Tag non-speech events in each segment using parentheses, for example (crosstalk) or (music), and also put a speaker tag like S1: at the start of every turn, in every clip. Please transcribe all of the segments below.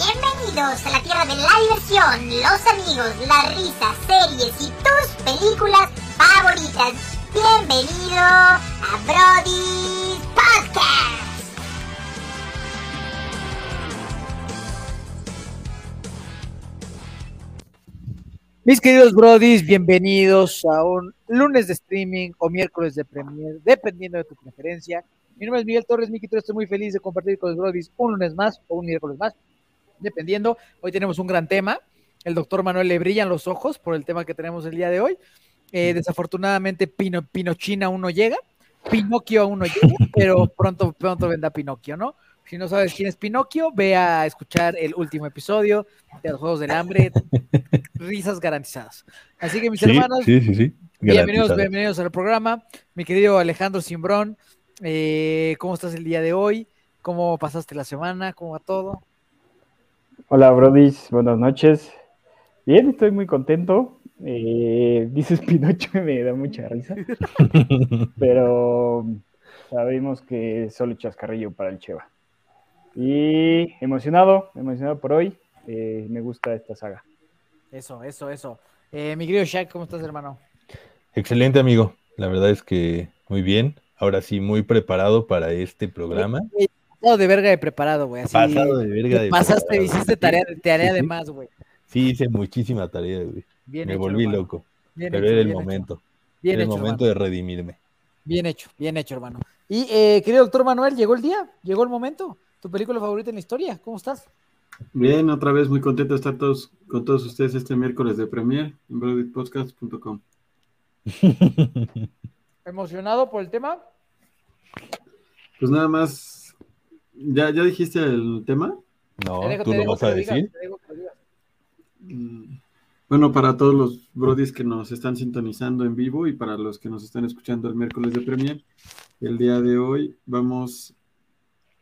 S1: bienvenidos a la tierra de la diversión, los amigos, las risas, series y tus películas favoritas. Bienvenido a Brody's Podcast.
S2: Mis queridos brodis, bienvenidos a un lunes de streaming o miércoles de premier, dependiendo de tu preferencia. Mi nombre es Miguel Torres Miquito, estoy muy feliz de compartir con los brodis un lunes más o un miércoles más, dependiendo. Hoy tenemos un gran tema. El doctor Manuel le brillan los ojos por el tema que tenemos el día de hoy. Eh, desafortunadamente, Pino, Pinochina aún no llega, Pinocchio aún no llega, (laughs) pero pronto, pronto vendrá Pinocchio, ¿no? Si no sabes quién es Pinocchio, ve a escuchar el último episodio de los Juegos del Hambre, (laughs) risas garantizadas. Así que mis
S3: sí,
S2: hermanos,
S3: Sí, sí, sí.
S2: Bienvenidos,
S3: Garantizado.
S2: bienvenidos al programa. Mi querido Alejandro Simbrón, eh, ¿cómo estás el día de hoy? ¿Cómo pasaste la semana? ¿Cómo va todo?
S4: Hola, Brodis, buenas noches. Bien, estoy muy contento. Eh, (laughs) dices Pinocho, y me da mucha risa, pero sabemos que es solo chascarrillo para el Cheva. Y emocionado, emocionado por hoy. Eh, me gusta esta saga.
S2: Eso, eso, eso. Eh, mi querido Shaq, ¿cómo estás, hermano?
S3: (laughs) Excelente, amigo. La verdad es que muy bien. Ahora sí, muy preparado para este programa.
S2: Todo de verga de preparado, güey. Así
S3: Pasado de
S2: te
S3: verga. de
S2: pasaste,
S3: preparado.
S2: hiciste tarea, tarea de
S3: Sí,
S2: más, güey.
S3: Sí, hice muchísima tarea, güey.
S2: Bien
S3: Me
S2: hecho,
S3: volví
S2: hermano.
S3: loco.
S2: Bien
S3: Pero
S2: hecho,
S3: era el
S2: bien hecho.
S3: momento.
S2: Bien
S3: era el
S2: hecho,
S3: momento
S2: hermano.
S3: de redimirme.
S2: Bien hecho, bien hecho, hermano. Y eh, querido doctor Manuel, llegó el día, llegó el momento. Tu película favorita en la historia, ¿cómo estás?
S5: Bien, otra vez muy contento de estar todos, con todos ustedes este miércoles de Premier en BroadwayPodcast.com.
S2: ¿Emocionado por el tema?
S5: Pues nada más, ¿ya, ya dijiste el tema?
S3: No,
S2: Te dejo-
S3: tú
S2: te
S3: lo
S2: dejo
S3: vas
S2: que
S3: a
S2: lo digas,
S3: decir.
S2: te dejo que lo digas.
S5: Mm, Bueno, para todos los Brodis que nos están sintonizando en vivo y para los que nos están escuchando el miércoles de Premier, el día de hoy vamos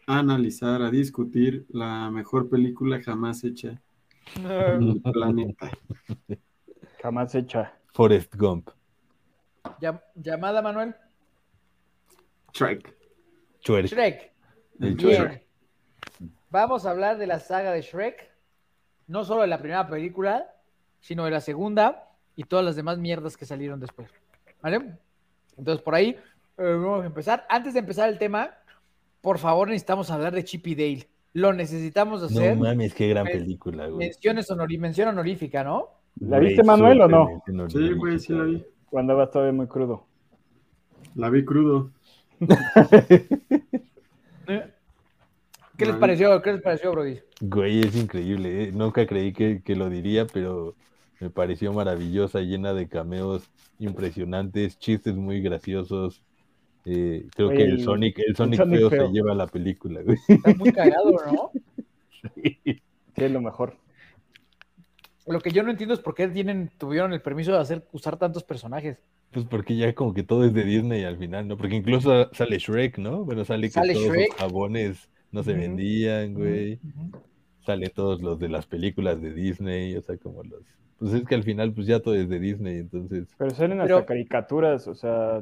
S5: a analizar, a discutir la mejor película jamás hecha en
S3: (laughs)
S5: (laughs) el planeta.
S4: Jamás hecha.
S3: Forrest Gump.
S2: Llam- llamada Manuel.
S5: Track.
S3: Chuer.
S2: Shrek.
S5: El
S3: Bien.
S5: Shrek.
S2: Bien. Vamos a hablar de la saga de Shrek. No solo de la primera película, sino de la segunda y todas las demás mierdas que salieron después. ¿Vale? Entonces, por ahí eh, vamos a empezar. Antes de empezar el tema, por favor, necesitamos hablar de Chip y Dale. Lo Pues, necesitamos hacer.
S3: No mames, qué gran
S2: Me-
S3: película, güey.
S2: Menciones honori- mención honorífica, ¿no?
S4: ¿La
S3: Güey,
S4: viste, Manuel, o no?
S3: súper bien,
S5: Sí, güey, sí la vi.
S4: Cuando vas todavía muy crudo.
S5: La vi crudo.
S2: ¿Qué les
S5: Ay.
S2: pareció? ¿Qué les pareció, Brody?
S3: Güey, es increíble. eh. Nunca creí que, que lo diría, pero me pareció maravillosa, llena de cameos impresionantes, chistes muy graciosos. Eh, creo que
S4: Oye,
S3: el
S4: el-
S3: Sonic, el Sonic,
S4: Sonic
S3: feo,
S4: feo.
S3: se lleva la película, güey. (laughs)
S2: Está muy cagado, ¿no?
S4: Sí, es lo mejor.
S2: Lo que yo no entiendo es por qué tienen, tuvieron el permiso de hacer usar tantos personajes.
S3: Pues porque ya como que todo es de Disney al final, ¿no? Porque incluso sale Shrek, ¿no? Bueno, sale que
S2: Sale
S3: todos
S2: Shrek.
S3: los jabones no se
S2: Ujú.
S3: vendían, güey.
S2: Ujú.
S3: Sale todos los de las películas de Disney, o sea, como los... Pues es que al final pues ya todo es de Disney, entonces...
S4: Pero salen hasta
S2: Pero-
S4: caricaturas, o sea,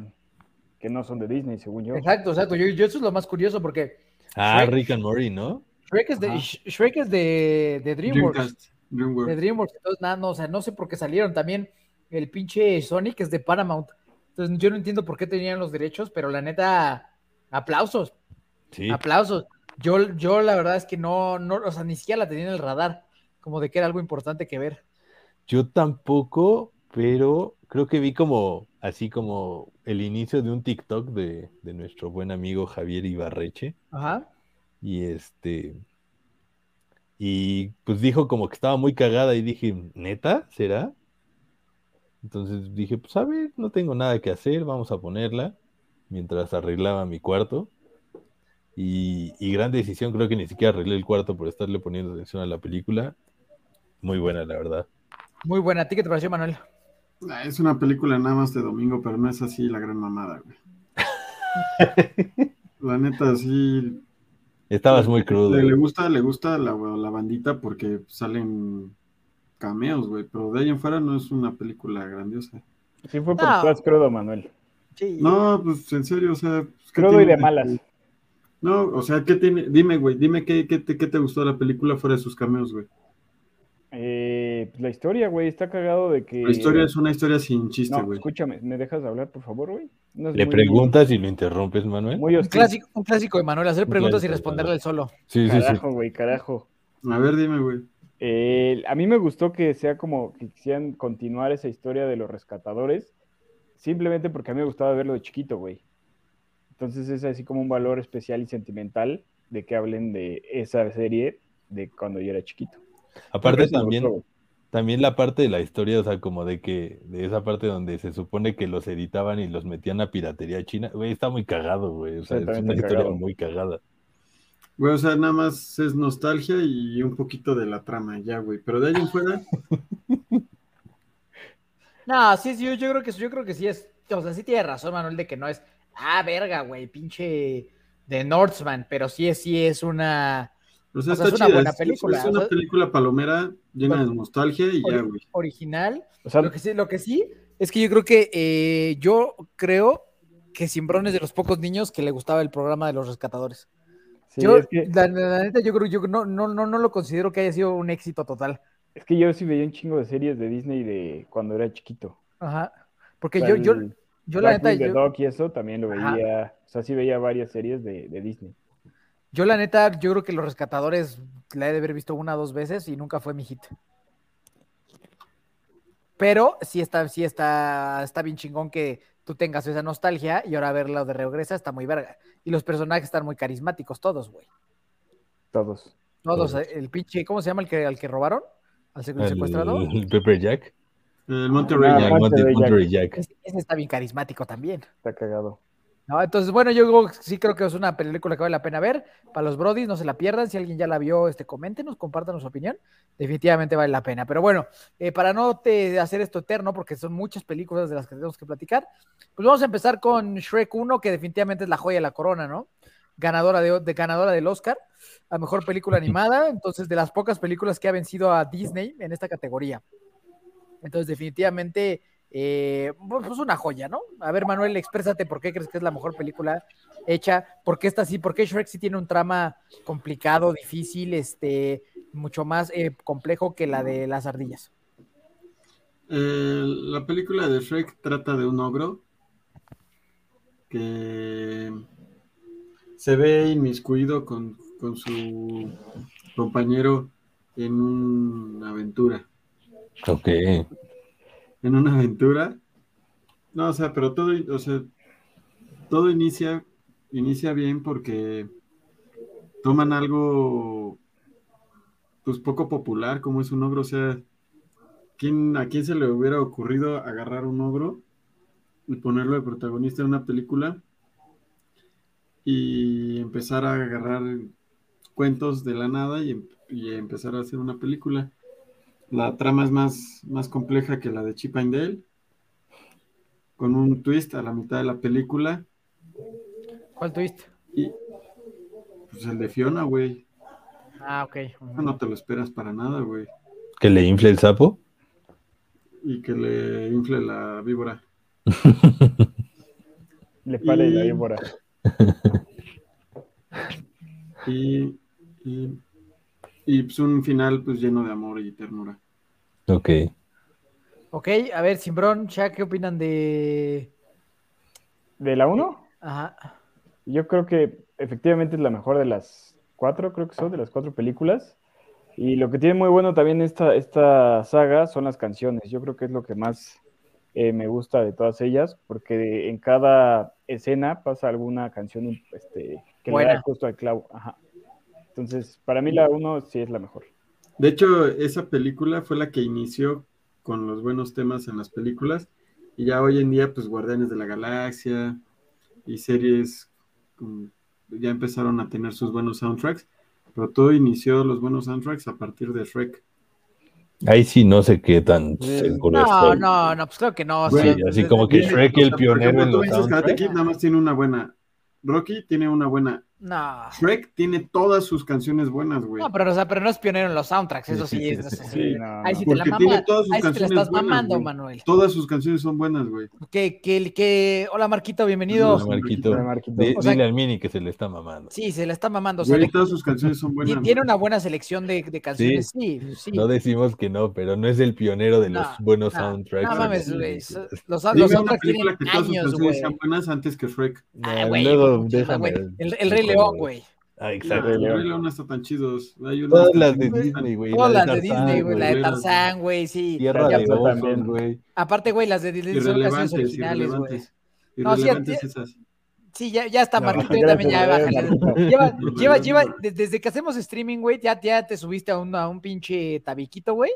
S4: que no son de Disney, según yo.
S2: Exacto, exacto. Yo, yo eso es lo más curioso porque
S3: Ah,
S2: Shrek.
S3: Rick and Morty, ¿no?
S2: Shrek es de,
S4: Ajá.
S2: Sh- Shrek es de, de DreamWorks.
S5: Dreamcast.
S2: De
S5: DreamWorks.
S2: DreamWorks. Entonces, nada, no, o sea, no sé por qué salieron. También el pinche Sonic es de Paramount. Entonces, yo no entiendo por qué tenían los derechos, pero la neta, aplausos,
S3: Sí.
S2: Ah, aplausos. Yo, yo la verdad es que no, no, o sea, ni siquiera la tenía en el radar, como de que era algo importante que ver.
S3: Yo tampoco, pero creo que vi como así como el inicio de un TikTok de, de nuestro buen amigo Javier Ibarreche
S2: Ajá.
S3: y este y pues dijo como que estaba muy cagada y dije, ¿neta? ¿Será? Entonces dije, pues a ver, no tengo nada que hacer, vamos a ponerla mientras arreglaba mi cuarto. Y, y gran decisión, creo que ni siquiera arreglé el cuarto por estarle poniendo atención a la película. Muy buena, la verdad.
S2: Muy buena. ¿A ti qué te pareció, Manuel?
S5: Ah, Es una película nada más de domingo, pero no es así la gran mamada,
S4: (laughs)
S5: güey. La neta, sí.
S3: Estabas muy crudo.
S5: Le, le gusta, le gusta la, la bandita porque salen cameos, güey. Pero de ahí en fuera no es una película grandiosa.
S4: Sí fue porque
S2: No.
S4: estás crudo, Manuel.
S2: Sí.
S5: No, pues en serio, o sea. pues, ¿qué
S4: Crudo y
S5: tiene
S4: de malas.
S5: No, o sea, ¿qué tiene? Dime, güey, dime qué, qué te, qué te gustó de la película fuera de sus cameos, güey.
S4: de pues, la historia, güey. Está cagado de que.
S5: La historia es una historia sin chiste,
S4: No,
S5: güey.
S4: escúchame, ¿me dejas hablar, por favor, güey? No es
S3: Le
S4: muy-
S3: preguntas y lo interrumpes, Manuel.
S4: Muy
S2: Un
S4: hostil.
S2: clásico, un clásico de Manuel, hacer
S3: Un
S2: preguntas y
S3: clásico de
S2: responderle
S3: Manuel.
S2: él solo.
S3: Sí, sí, sí.
S4: Carajo, güey, carajo.
S5: A ver, dime, güey.
S4: Eh, a mí me gustó que sea como que quisieran continuar esa historia de los rescatadores, simplemente porque a mí me gustaba verlo de chiquito, güey. Entonces es así como un valor especial y sentimental de que hablen de esa serie de cuando yo era chiquito.
S3: (laughs) Aparte
S4: Eso me
S3: también,
S4: gustó, güey.
S3: también la parte de la historia, o sea, como de que, de esa parte donde se supone que los editaban y los metían a piratería china, güey, está muy cagado, güey. O sea,
S4: Sí,
S3: es
S4: también
S3: una
S4: está
S3: historia
S4: cagado.
S3: muy cagada.
S5: Güey, o sea, nada más es nostalgia y un poquito de la trama, ya, güey. Pero de ahí en fuera,
S2: No, sí, sí, yo, yo creo que yo creo que sí es. O sea, sí tiene razón, Manuel, de que no es. Ah, verga, güey, pinche de Northman, pero sí es, sí es una
S5: o sea,
S2: O sea,
S5: está
S2: es una
S5: chida.
S2: buena
S5: es-
S2: película,
S5: Es
S2: o
S5: una
S2: sea-
S5: película palomera llena de nostalgia y ya, güey.
S2: original.
S4: O sea,
S2: Lo que sí, lo que sí es que yo creo que eh, yo creo que Simbrón es de los pocos niños que le gustaba el programa de los rescatadores.
S4: sí,
S2: yo,
S4: es, que,
S2: la, la- la neta, yo creo, yo no, no, no, no lo considero que haya sido un éxito total.
S4: es que yo sí veía un chingo de series de Disney de cuando era chiquito.
S2: Ajá. Porque
S4: O sea,
S2: yo, yo,
S4: el
S2: yo la
S4: Black
S2: neta,
S4: Book, The
S2: yo-
S4: Dog y eso también lo
S2: Ajá.
S4: veía. O sea, sí veía varias series de, de Disney.
S2: yo la neta, yo creo que los rescatadores la he de haber visto una o dos veces y nunca fue mi hit. Pero sí está, sí está, está bien chingón que tú tengas esa nostalgia y ahora verla de regresa está muy verga. Y los personajes están muy carismáticos todos, güey.
S4: Todos.
S2: Todos,
S3: Todos.
S2: eh, el pinche, ¿cómo se llama el que, al que robaron? Al sec-
S3: El,
S2: secuestrado.
S3: el (laughs) Pepper Jack.
S5: El
S4: Ah,
S5: Monterrey
S3: Ya,
S5: Jack.
S3: el
S4: Monterey
S3: Monte-
S4: Jack.
S3: Monterey Jack.
S2: Ese, ese está bien carismático también.
S4: Está cagado.
S2: ¿no? Entonces, bueno, yo creo- sí creo que es una película que vale la pena ver. Para los Brodis, no se la pierdan. Si alguien ya la vio, este, coméntenos, compartan su opinión. Definitivamente vale la pena. Pero bueno, eh, para no te- hacer esto eterno, porque son muchas películas de las que tenemos que platicar, pues vamos a empezar con Shrek 1, que definitivamente es la joya de la corona, ¿no? Ganadora, de, de- ganadora del Oscar a mejor película animada. Entonces, de las pocas películas que ha vencido a Disney en esta categoría. Entonces, definitivamente, eh, pues una joya, ¿no? A ver, Manuel, exprésate por qué crees que es la mejor película hecha, por qué esta sí, por qué Shrek sí tiene un trama complicado, difícil, este, mucho más eh, complejo que la de las ardillas.
S5: Eh, la película de Shrek trata de un ogro que se ve inmiscuido con, con su compañero en una aventura.
S3: Ok.
S5: En una aventura. No, o sea, pero todo, o sea, todo inicia, inicia bien porque toman algo pues poco popular como es un ogro, o sea, ¿quién, ¿a quién se le hubiera ocurrido agarrar un ogro y ponerlo de protagonista en una película y empezar a agarrar cuentos de la nada y, em- y empezar a hacer una película? La trama es más, más compleja que la de Chip and Dale, con un twist a la mitad de la película,
S2: ¿Cuál tuviste?
S5: pues el de Fiona, güey,
S2: Ah, ok.
S5: no, no te lo esperas para nada, güey,
S3: ¿Que le infle el sapo?
S5: y que le infle la víbora.
S4: Le pare la
S5: Y-
S4: víbora.
S5: Y, y, y, pues un final pues lleno de amor y ternura.
S3: Ok.
S2: Ok, a ver, Simbrón, Shaq, ¿qué opinan de...?
S4: ¿De la 1?
S2: Ajá.
S4: Yo creo que efectivamente es la mejor de las cuatro, creo que son, de las cuatro películas. Y lo que tiene muy bueno también esta, esta saga son las canciones. Yo creo que es lo que más eh, me gusta de todas ellas, porque en cada escena pasa alguna canción este, que le
S2: Buena.
S4: da justo al clavo. Ajá. Entonces, para mí la 1 sí es la mejor.
S5: De hecho, esa película fue la que inició con los buenos temas en las películas y ya hoy en día pues Guardianes de la Galaxia y series mm, ya empezaron a tener sus buenos soundtracks, pero todo inició los buenos soundtracks a partir de Shrek.
S3: Ahí sí no sé qué tan
S4: Sí.
S3: seguro
S2: No,
S3: estoy.
S2: no, no, pues claro que no. o
S5: Güey,
S2: sea,
S3: este, así
S2: entonces-
S3: como que- Shrek, el
S5: O sea, por
S3: pionero
S5: ejemplo,
S3: en
S5: tú
S3: los
S5: dices Karate
S3: soundtracks.
S5: Kid nada más tiene una buena. Rocky tiene una buena.
S2: No.
S5: Shrek tiene todas sus canciones buenas, güey.
S2: No, pero, o sea, pero no es pionero en los soundtracks, eso sí es. eso sí.
S5: Sí,
S4: no,
S2: Ahí
S4: no.
S2: sí te la
S5: Porque tiene
S2: mamas.
S5: todas sus
S2: Ahí sí te la
S5: canciones
S2: estás
S5: buenas,
S2: mamando,
S5: güey.
S2: Manuel.
S5: Todas sus canciones son buenas, güey.
S2: Que, que, que... Hola Marquito, bienvenido.
S3: Hola, Marquito.
S4: Hola, Marquito.
S3: Di-
S2: O sea-
S3: dile al mini que se le está mamando.
S2: Sí, se la está mamando. o sea,
S5: Güey,
S2: le-
S5: todas sus canciones son
S2: ti-
S5: buenas.
S2: tiene
S5: güey.
S2: una buena selección de, de canciones, sí, sí.
S3: No decimos que no, pero no es el pionero de los
S2: No,
S3: buenos
S2: No,
S3: soundtracks.
S2: no mames,
S3: Sí.
S2: güey. so- Los, los
S5: Dime una
S2: soundtracks
S5: película
S2: tienen
S5: que todas sus
S2: años,
S5: canciones
S2: güey.
S5: sean buenas antes que Shrek.
S2: Ah,
S3: Nah,
S2: güey,
S3: luego
S2: ¿cómo se llama,
S3: déjame.
S2: güey? El, el Rey León, güey.
S3: Ah,
S5: Claro,
S3: exacto.
S4: Rey
S5: el
S4: León.
S5: Rey León no está tan chidos. Hay unas
S3: Todas
S5: que
S3: las
S5: sí
S3: de
S5: me gustan.
S3: Disney, güey.
S2: Todas
S3: la
S2: las de
S3: Tarzán,
S2: Disney, güey. La de
S5: güey.
S2: Tarzán, güey, sí.
S3: Tierra
S2: Ya,
S3: de
S4: Tarzán
S3: osos,
S4: también.
S3: güey.
S2: Aparte, güey, las de Disney son canciones
S5: Irrelevantes,
S2: originales, güey.
S5: irrelevantes.
S2: No, sí,
S5: Irrelevantes esas.
S2: Sí, ya, ya está,
S3: No,
S2: Marquito, yo
S4: Gracias,
S2: también ya
S4: Marquito.
S2: bájale. (laughs) Lleva, lleva, lleva, de- desde que hacemos streaming, güey, ya, ya te subiste a un, a un pinche tabiquito, güey,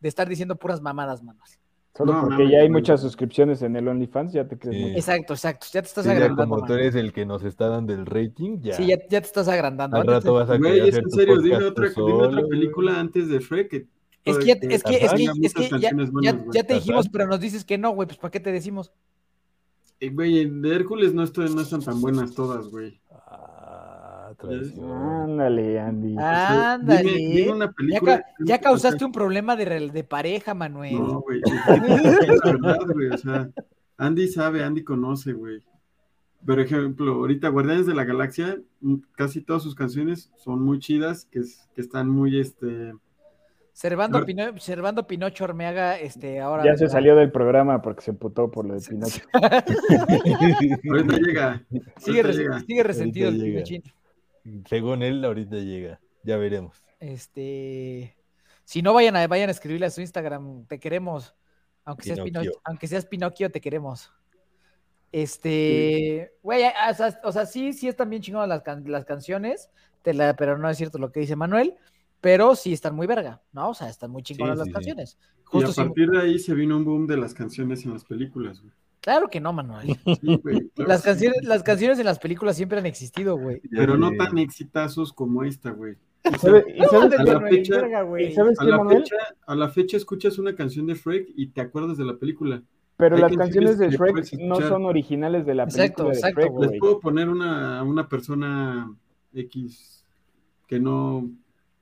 S2: de estar diciendo puras mamadas, mamas.
S4: Solo
S5: No,
S4: porque
S5: no,
S4: ya hay
S5: no.
S4: muchas suscripciones en el OnlyFans, ya te crees
S3: Sí.
S4: mucho.
S2: Exacto, exacto. Ya te estás
S3: Sí, ya
S2: agrandando.
S3: como tú
S2: mano.
S3: eres el que nos está dando el rating, ya.
S2: Sí, ya, ya te estás agrandando.
S3: Al
S2: Antes
S3: rato
S2: te-
S3: vas a
S5: Güey,
S3: querer
S5: es
S3: hacer
S5: en
S3: tu
S5: serio,
S3: podcast
S5: dime otra,
S3: tú
S5: dime otra
S3: solo, güey.
S5: película antes de Shrek. que-
S2: Es que, ya- es que, es que,
S5: Ajá.
S2: es que ya,
S5: Muchas canciones
S2: ya-
S5: buenas, güey.
S2: ya te dijimos, pero nos dices que no, güey, pues ¿para qué te decimos?
S5: Eh, Güey, en de Hércules no, estoy, no están tan buenas todas, güey.
S3: Ah, traición.
S4: Ándale, Andy. Pues
S5: O
S2: Ah,
S5: sea,
S2: Ándale.
S5: Dime, dime una
S2: Ya,
S5: película.
S2: ca- ya causaste un problema de, rel- de pareja, Manuel.
S5: No, güey. Es la verdad, güey. O sea, Andy sabe, Andy conoce, güey. Por ejemplo, ahorita Guardianes de la Galaxia, mm, casi todas sus canciones son muy chidas, que, es- que están muy, este...
S2: Servando,
S5: No.
S2: Pino- Servando Pinocho Ormeaga, este, ahora.
S4: Ya
S2: (laughs)
S4: se salió del programa porque se emputó por lo de Pinocho.
S5: Ahorita llega.
S2: Sigue,
S5: ahorita
S2: res-
S5: llega.
S2: sigue resentido el
S3: Ahorita llega.
S2: Pinochín.
S3: (laughs) Según él, ahorita llega. Ya veremos.
S2: Este. Si no vayan a, vayan a escribirle a su Instagram, te queremos. Aunque seas, Pino-
S3: Pinocchio.
S2: aunque seas Pinocchio, te queremos. Este, güey, a- o sea, o sea, sí, sí están bien chingadas las, can- las canciones, te la- pero no es cierto lo que dice Manuel, pero sí están muy verga, ¿no? O sea, están muy chingonas
S3: Sí,
S2: las
S3: sí, sí.
S2: canciones.
S5: Y
S2: Justo
S5: a
S2: sí-
S5: partir de ahí se vino un boom de las canciones en las películas, güey.
S2: claro que no,
S3: (laughs)
S2: Manuel.
S5: Sí,
S2: (laughs)
S5: güey, claro
S2: Las
S5: que
S2: canciones,
S5: sí.
S2: las canciones en las películas siempre han existido, güey.
S5: Pero no
S3: Eh,
S5: tan exitazos como esta, güey.
S4: ¿Y sabe- y
S2: No,
S4: sabes,
S2: ándate,
S5: a la
S2: Manuel,
S5: fecha-
S2: verga,
S4: y
S2: güey.
S4: sabes
S5: A
S4: qué,
S5: la,
S4: Manuel?
S5: fecha, a la fecha escuchas una canción de Shrek y te acuerdas de la película.
S4: Pero
S5: hay
S4: las
S5: canciones
S4: canciones de
S5: que
S4: Shrek
S5: puedes
S4: no
S5: escuchar.
S4: son originales de la
S2: Exacto,
S4: película de
S2: exacto,
S4: Shrek,
S2: güey.
S5: Les
S4: güey.
S5: puedo poner una, a una persona X que no.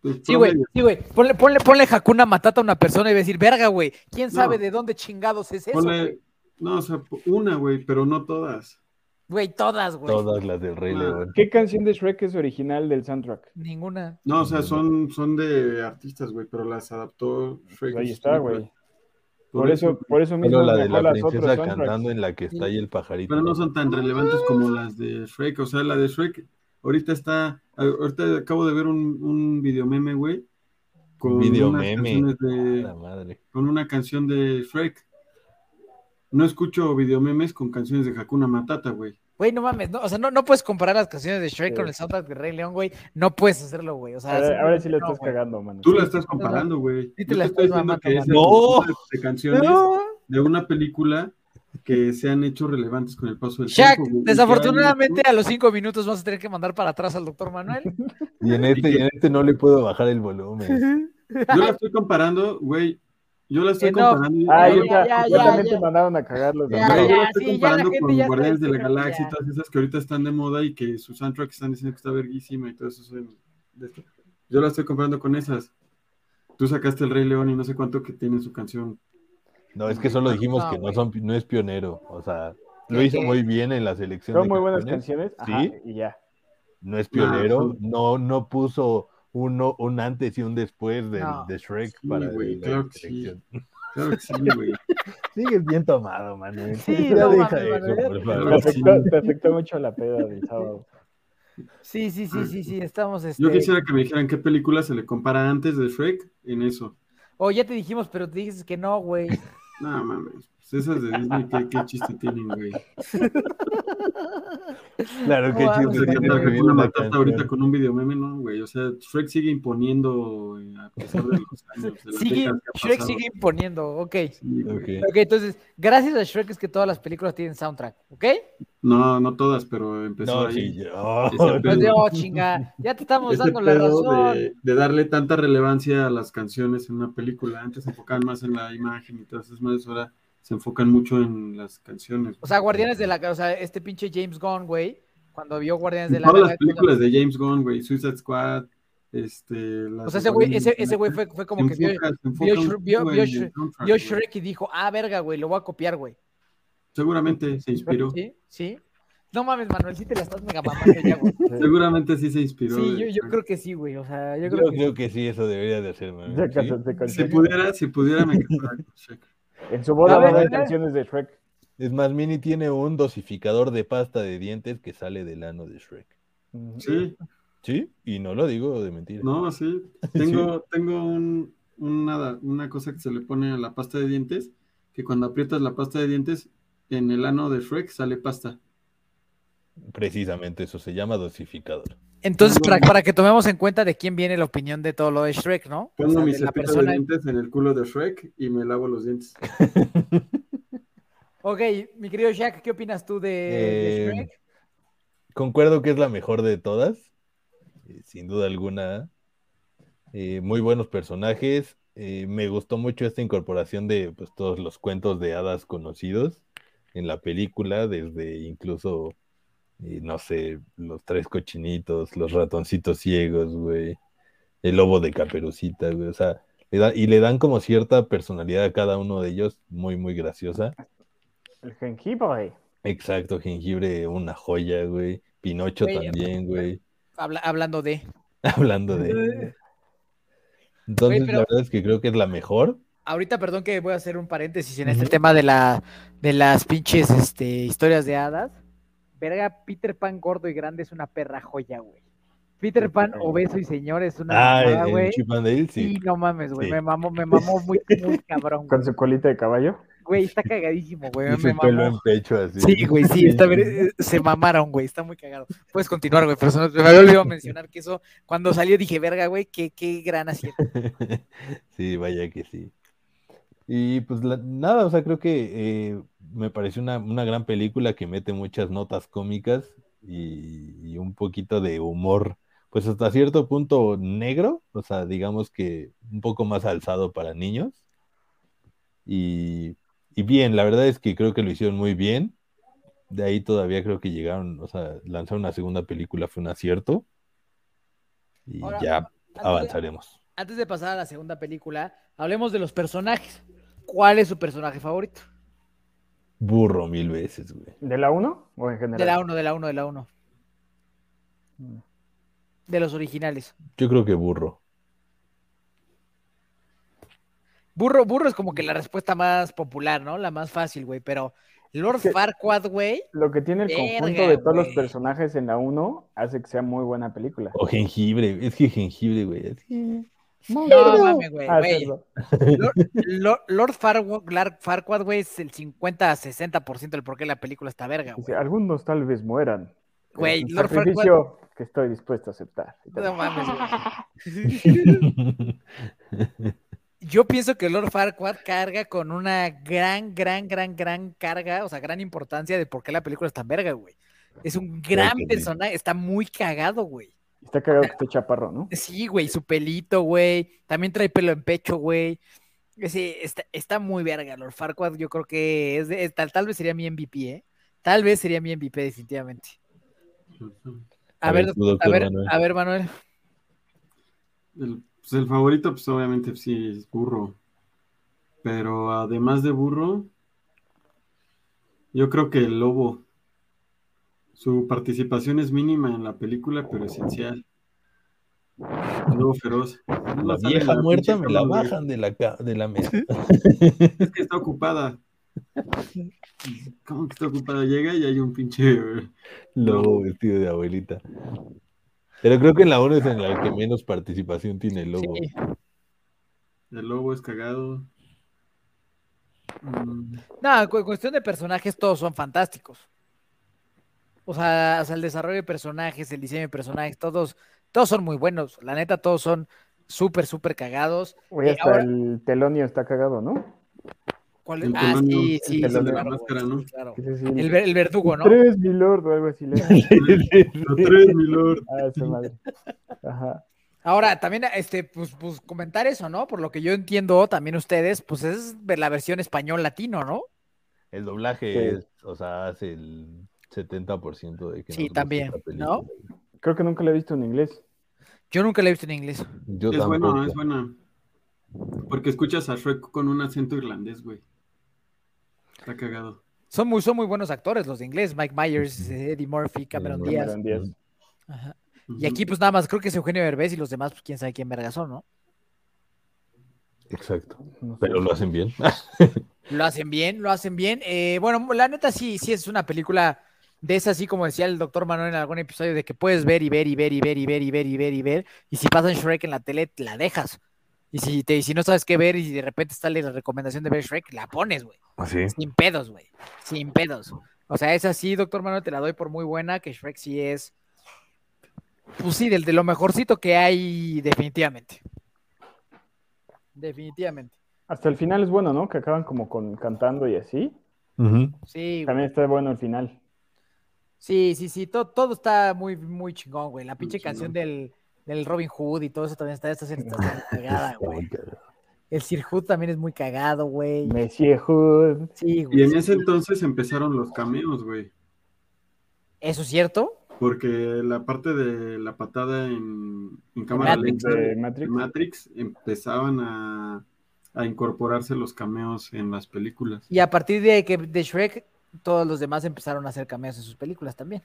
S5: pues,
S2: Sí, güey,
S5: promedio.
S2: sí, güey. Ponle, ponle, ponle Hakuna Matata a una persona y va a decir, verga, güey, ¿quién
S5: No.
S2: sabe de dónde chingados es eso?
S5: Ponle-
S2: güey?"
S5: no, o sea, po- una, güey, pero no todas.
S2: Güey, todas, güey.
S3: Todas las del Rey
S5: Ah.
S3: León.
S4: ¿Qué canción de Shrek es original del soundtrack?
S2: Ninguna.
S5: No, o sea, son, son de artistas, güey, pero las adaptó Shrek.
S4: Pues Ahí
S5: en sus
S4: está,
S5: películas.
S4: güey. Por eso, por eso mismo
S3: Solo la de
S4: mejor
S3: la
S4: las otras
S3: princesa
S4: soundtracks.
S3: cantando en la que está ahí el pajarito.
S5: Pero no son tan relevantes como las de Shrek. O sea, la de Shrek ahorita está. Ahorita acabo de ver un, un video meme, güey. Con unas
S3: Videomeme.
S5: canciones
S3: Ah,
S5: de,
S3: la madre.
S5: con una canción de Shrek. No escucho videomemes con canciones de Hakuna Matata, güey.
S2: Güey, no mames, no, o sea, no, no puedes comparar las canciones de Shrek
S4: Sí.
S2: con el soundtrack de Rey León, güey. No puedes hacerlo, güey. O sea,
S4: Ahora, ahora sí la
S2: Ah, no,
S4: estás
S2: güey.
S4: cagando, mano.
S5: Tú la estás comparando, güey.
S2: Sí te
S5: Yo
S2: la
S5: te estoy
S2: estás
S5: diciendo
S2: mamando,
S5: que es el
S3: mano.
S5: conjunto de de canciones
S2: No.
S5: de una película que se han hecho relevantes con el paso del
S2: Shaq,
S5: tiempo. güey, y que
S2: desafortunadamente
S5: hay-
S2: a los cinco minutos vas a tener que mandar para atrás al doctor Manuel.
S3: Y en este,
S5: ¿Y qué?
S3: y en este no le puedo bajar el
S2: (laughs)
S3: volumen.
S5: Yo la estoy comparando, güey. Yo la estoy
S2: Que no.
S5: comparando.
S4: Ah,
S5: yo
S4: ya,
S5: la-
S2: ya,
S4: ya,
S2: ya,
S4: también
S2: ya.
S4: te mandaron a cagar los
S2: Ya,
S5: Güey, yo
S2: ya,
S5: la estoy
S2: sí, ya la
S5: comparando
S2: gente
S5: con
S2: ya está
S5: Guardianes de la
S2: diciendo,
S5: Galaxia
S2: ya.
S5: y todas esas que ahorita están de moda y que sus soundtracks están diciendo que está verguísima y todo eso. son- de esto. Yo la estoy comparando con esas. Tú sacaste el Rey León y no sé cuánto que tiene su canción.
S3: No, es que solo dijimos
S2: No,
S3: que no,
S2: Ah, güey.
S3: son, no es pionero. O sea, lo
S2: Sí,
S3: hizo
S2: sí.
S3: muy bien en la selección.
S4: Son
S3: de
S4: muy buenas
S3: campeones.
S4: canciones.
S3: Sí.
S4: Ajá, y ya.
S3: No es pionero.
S5: son-
S3: No, no puso uno, un antes y un después del-
S2: No.
S3: de Shrek
S5: Sí,
S3: para
S5: güey,
S3: la
S5: claro que sí.
S3: selección.
S5: Claro que
S2: (laughs)
S5: sí, güey.
S3: Sigues bien tomado, Manuel.
S2: Sí,
S3: (laughs) ya
S2: no
S3: deja
S2: mames,
S3: eso,
S2: Manuel, ya
S3: por
S2: te-
S5: Claro
S4: Te
S3: favor.
S5: que sí.
S4: afectó, te afectó mucho la peda del sábado.
S2: Sí, sí, sí, sí, sí, estamos. Este...
S5: Yo quisiera que me dijeran qué película se le compara antes de Shrek en eso.
S2: O oh, ya te dijimos, pero te dijiste que no, güey.
S5: No mames. pues esas de Disney, ¿qué, qué chiste tienen, güey?
S3: Claro que
S2: No, no
S3: chiste
S2: Sí,
S5: Se
S3: tiene
S5: canta
S3: que ver
S5: Hakuna
S3: una
S5: Matata
S3: canción.
S5: ahorita con un videomeme, ¿no, güey? O sea, Shrek sigue imponiendo eh, a pesar de los años. de las
S2: Sigue,
S5: décadas que ha
S2: Shrek
S5: pasado.
S2: sigue imponiendo, ok.
S5: Sí, güey.
S3: Ok.
S2: Ok, entonces, gracias a Shrek es que todas las películas tienen soundtrack, ¿ok?
S5: No, no todas, pero empezó
S3: No,
S5: ahí.
S3: sí, yo.
S5: Ese
S2: Pues
S5: Pero-
S2: yo, chinga, ya te estamos
S5: Ese
S2: dando la
S5: pedo
S2: razón.
S5: de, de darle tanta relevancia a las canciones en una película. Antes se enfocaban más en la imagen y todas esas madres, ahora se enfocan mucho en las canciones.
S2: O sea, Guardianes de la... O sea, este pinche James Gunn, güey, cuando vio Guardianes
S5: Y
S2: de la
S5: Todas las
S2: Galaxia.
S5: películas de James Gunn, güey, Suicide Squad, este... las
S2: O sea, ese
S5: de
S2: güey,
S5: Guardianes
S2: ese,
S5: de la
S2: ese güey
S5: Galaxia,
S2: fue, fue como que
S5: se
S2: vio,
S5: enfoca- se
S2: vio
S5: enfoca un
S2: Shr- vio-
S5: chingo
S2: vio
S5: en el
S2: Shr-
S5: soundtrack,
S2: vio
S5: güey.
S2: Shrek y dijo, ah, verga, güey, lo voy a copiar, güey.
S5: Seguramente se inspiró.
S2: Sí, sí. No mames, Manuel, sí te la estás mega mamando ya, güey.
S5: Seguramente sí se inspiró.
S2: Sí,
S5: de-
S2: yo, yo creo que sí, güey. O sea, yo
S3: Yo
S2: creo
S3: creo,
S2: que
S3: que sí, eso debería de hacer, mami.
S4: Ya
S3: Ah, ¿sí?
S4: cásate con
S5: Si
S4: Shrek.
S5: pudiera, si pudiera, me casara con
S2: (laughs)
S5: Shrek.
S4: En su boda
S2: A
S4: va a
S2: ver,
S4: haber
S2: a ver.
S4: canciones de Shrek.
S3: Es más, Mini tiene un dosificador de pasta de dientes que sale del ano de Shrek.
S4: Ujú.
S5: Sí,
S3: ¿Sí? Y no lo digo de mentira.
S5: no,
S2: (laughs)
S5: sí. Tengo, tengo un, una, una cosa que se le pone a la pasta de dientes, que cuando aprietas la pasta de dientes, en el ano de Shrek sale pasta.
S3: Precisamente eso se llama dosificador.
S2: Entonces, para, para que tomemos en cuenta de quién viene la opinión de todo lo de Shrek, ¿no? O
S5: Pongo
S2: sea, de
S5: mis
S2: la
S5: cepillos
S2: persona.
S5: de dientes en el culo de Shrek y me lavo
S2: (laughs)
S5: los dientes.
S2: Ok, mi querido Shaq, ¿qué opinas tú de, de
S3: Eh,
S2: Shrek?
S3: Concuerdo que es la mejor de todas, eh, sin duda alguna. Eh, muy buenos personajes. Eh, me gustó mucho esta incorporación de pues, todos los cuentos de hadas conocidos en la película, desde incluso, eh, no sé, los tres cochinitos, los ratoncitos ciegos, güey, el lobo de caperucita, güey, o sea, le da- y le dan como cierta personalidad a cada uno de ellos, muy, muy graciosa.
S4: El jengibre.
S3: Exacto, jengibre, una joya, güey. Pinocho
S2: Güey,
S3: también, güey. (laughs)
S2: Habla- hablando de.
S3: Hablando
S2: Eh.
S3: de. Entonces,
S2: pero-
S3: la verdad es que creo que es la mejor.
S2: Ahorita, perdón que voy a hacer un paréntesis en este
S3: Ujú.
S2: tema de, la, de las pinches este, historias de hadas. Verga, Peter Pan gordo y grande es una perra joya, güey. Peter Pan obeso y señor es una
S3: Ah,
S2: mamada,
S3: el- el
S2: güey.
S3: Chip and Dale,
S2: Sí,
S3: sí.
S2: no mames, güey.
S3: Sí.
S2: Me mamó, me mamó muy, muy cabrón,
S4: Con
S2: güey.
S4: su colita de caballo.
S2: Güey, está cagadísimo, güey.
S3: Y
S2: Me
S3: su pelo en
S2: mamó.
S3: pecho, así.
S2: Sí, güey, sí, está ver- eh, se mamaron, güey, está muy cagado. Puedes continuar, güey, pero se me se me había olvidado mencionar que eso, cuando salió dije, verga, güey, qué, qué gran acierto.
S3: (laughs) Sí, vaya que sí. Y pues la- nada, o sea, creo que eh, me parece una, una gran película que mete muchas notas cómicas y, y un poquito de humor, pues hasta cierto punto negro, o sea, digamos que un poco más alzado para niños. Y, y bien, la verdad es que creo que lo hicieron muy bien. De ahí todavía creo que llegaron, o sea, lanzar una segunda película fue un acierto. Y
S2: Ahora,
S3: ya
S2: de-
S3: avanzaremos.
S2: Antes de pasar a la segunda película, hablemos de los personajes. ¿Cuál es su personaje favorito?
S3: Burro mil veces, güey.
S4: ¿De la 1 o en general?
S2: De la 1, de la 1, de la 1. De los originales.
S3: Yo creo que burro.
S2: Burro, burro es como que la respuesta más popular, ¿no? La más fácil, güey, pero Lord
S4: que-
S2: Farquaad, güey,
S4: Lo que tiene el
S2: Verga,
S4: conjunto de todos los
S2: güey.
S4: personajes en la 1 hace que sea muy buena película.
S3: O jengibre. Es que jengibre, güey. es (laughs) que-
S2: no mames, güey,
S4: Ah,
S2: güey.
S4: cierto.
S2: Lord, Lord- Lord Farqu- Lar- Farquaad, güey, es el 50 a 60% del por qué la película está verga,
S4: Dice,
S2: güey.
S4: algunos tal vez mueran. pero
S2: Güey,
S4: es un
S2: Lord Farquaad-
S4: sacrificio que estoy dispuesto a aceptar.
S2: No mames, güey.
S4: (laughs)
S2: Yo pienso que Lord Farquaad carga con una gran, gran, gran, gran carga, o sea, gran importancia de por qué la película está verga, güey. Es un gran
S3: que sí.
S2: personaje, está muy cagado, güey.
S4: Está cagado que esté
S2: (laughs)
S4: chaparro, ¿no?
S2: Sí, güey, su pelito, güey. También trae pelo en pecho, güey. Sí, está, está muy verga. Lord Farquaad, yo creo que es, de- es- tal, tal vez sería mi MVP, ¿eh? Tal vez sería mi MVP, definitivamente. A,
S3: A
S2: ver,
S3: ver, tú,
S2: doctor- a
S3: doctor
S2: ver,
S3: Manuel.
S2: a ver, Manuel.
S5: El, pues el favorito, pues obviamente sí es burro. Pero además de burro, yo creo que el lobo. Su participación es mínima en la película, pero esencial. El lobo feroz.
S3: La
S5: No sale en
S3: vieja muerta
S5: pinche
S3: me la
S5: cama, güey.
S3: bajan de la, ca- de la mesa.
S5: (laughs)
S3: (laughs)
S5: Es que está ocupada. ¿Cómo que está ocupada? Llega y hay un pinche.
S3: Lobo vestido de abuelita. Pero creo que en la 1 es en la que menos participación tiene el lobo. (laughs)
S2: Sí.
S5: El lobo es cagado. Mm,
S2: No, cu- cuestión de personajes, todos son fantásticos. O sea, o sea, el desarrollo de personajes, el diseño de personajes, todos, todos son muy buenos. La neta, todos son súper, súper cagados.
S4: Güey,
S2: Eh,
S4: hasta
S2: ahora-
S4: el telonio está cagado, ¿no?
S2: ¿Cuál es?
S5: El
S2: Ah,
S5: pelón,
S2: sí,
S5: el
S2: sí,
S4: pelón
S2: sí,
S4: de la
S2: claro,
S5: máscara,
S2: güey,
S5: ¿no?
S2: sí, claro.
S4: Ese sí.
S2: El, ver- el verdugo, ¿no?
S4: Tres, mi lord, o algo así.
S2: (laughs)
S4: le-
S5: Lo tres, mi lord.
S4: Ah, esa madre. Ajá.
S2: Ahora, también, este, pues, pues comentar eso, ¿no? Por lo que yo entiendo, también ustedes, pues es ver la versión español latino, ¿no?
S3: El doblaje
S4: Sí.
S3: es, o sea, hace el 70% de que
S2: Sí,
S3: nos guste
S2: también,
S3: esta
S2: ¿no?
S3: película.
S4: Creo que nunca la he visto en inglés.
S2: Yo nunca la he visto en inglés.
S3: Yo
S5: es
S3: tampoco.
S5: buena, es buena. Porque escuchas a Shrek con un acento irlandés, güey. Está cagado.
S2: Son muy, son muy buenos actores los de inglés. Mike Myers, eh, Eddie Murphy, Cameron
S3: Murphy.
S2: Díaz.
S4: Cameron Díaz.
S2: Ajá.
S5: Ujú.
S2: Y aquí, pues nada más, creo que es Eugenio Derbez y los demás, pues quién sabe quién verga son, ¿no?
S3: Exacto.
S4: No sé.
S3: Pero lo hacen bien. (laughs)
S2: Lo hacen bien, lo hacen bien. Eh, bueno, la neta sí, sí es una película de esas, así como decía el doctor Manuel en algún episodio, de que puedes ver y ver y ver y ver y ver y ver y ver y ver. Y si pasan Shrek en la tele, te la dejas. Y si, te, y si no sabes qué ver y de repente sale la recomendación de ver Shrek, la pones, güey.
S3: Así.
S2: Sin pedos, güey. Sin pedos. O sea, es así, doctor Manuel, te la doy por muy buena, que Shrek sí es. Pues sí, del de lo mejorcito que hay, definitivamente. Definitivamente.
S4: Hasta el final es bueno, ¿no? Que acaban como con cantando y así.
S3: Ujú.
S2: Sí, güey.
S4: También está bueno el final.
S2: sí, sí, sí. Todo, todo está muy, muy chingón, güey. La pinche
S5: chingón.
S2: canción del, del Robin Hood y todo eso también está, está, está, muy cagada,
S3: Está
S2: güey.
S3: muy cagado.
S2: El Sir Hood también es muy cagado, güey.
S4: Monsieur Hood.
S2: Sí,
S5: Y
S2: güey.
S5: en ese entonces empezaron los cameos, güey.
S2: ¿Eso es cierto?
S5: Porque la parte de la patada en, en cámara
S2: Matrix.
S5: lenta
S4: De
S5: de
S4: Matrix.
S5: Matrix empezaban a, a incorporarse los cameos en las películas.
S2: Y a partir de que de Shrek, todos los demás empezaron a hacer cameos en sus películas también.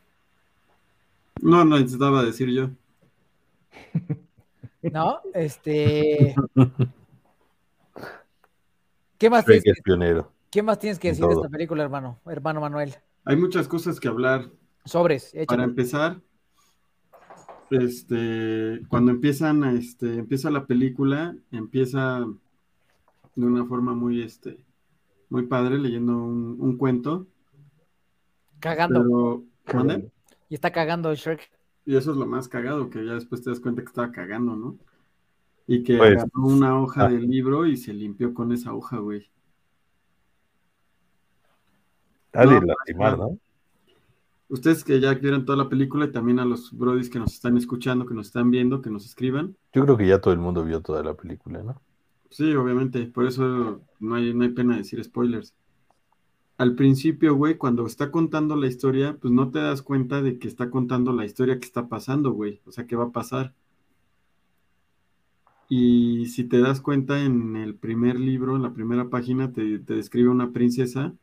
S5: No, no necesitaba decir yo.
S2: ¿No? Este. ¿Qué más,
S3: Creo
S2: tienes que,
S3: que es pionero.
S2: qué más tienes que
S3: en
S2: decir de esta
S3: todo.
S2: película, hermano? Hermano Manuel.
S5: Hay muchas cosas que hablar.
S2: Sobres,
S5: Para
S2: échale.
S5: empezar, este, cuando empiezan, a, este, empieza la película, empieza de una forma muy, este, muy padre, leyendo un, un cuento,
S2: Cagando.
S5: pero, ¿mande?
S2: Y está cagando Shrek.
S5: Y eso es lo más cagado, que ya después te das cuenta que estaba cagando, ¿no? Y que
S3: Pues,
S5: agarró una hoja
S3: ah.
S5: del libro y se limpió con esa hoja, güey.
S3: Está de
S5: No,
S3: lastimar, ¿no?
S5: Ustedes que ya vieron toda la película y también a los brodis que nos están escuchando, que nos están viendo, que nos escriban,
S3: Yo creo que ya todo el mundo vio toda la película, ¿no?
S5: Sí, obviamente, por eso no hay, no hay pena de decir spoilers. Al principio, güey, cuando está contando la historia, pues no te das cuenta de que está contando la historia que está pasando, güey. O sea, que va a pasar. Y si te das cuenta, en el primer libro, en la primera página, te, te describe una princesa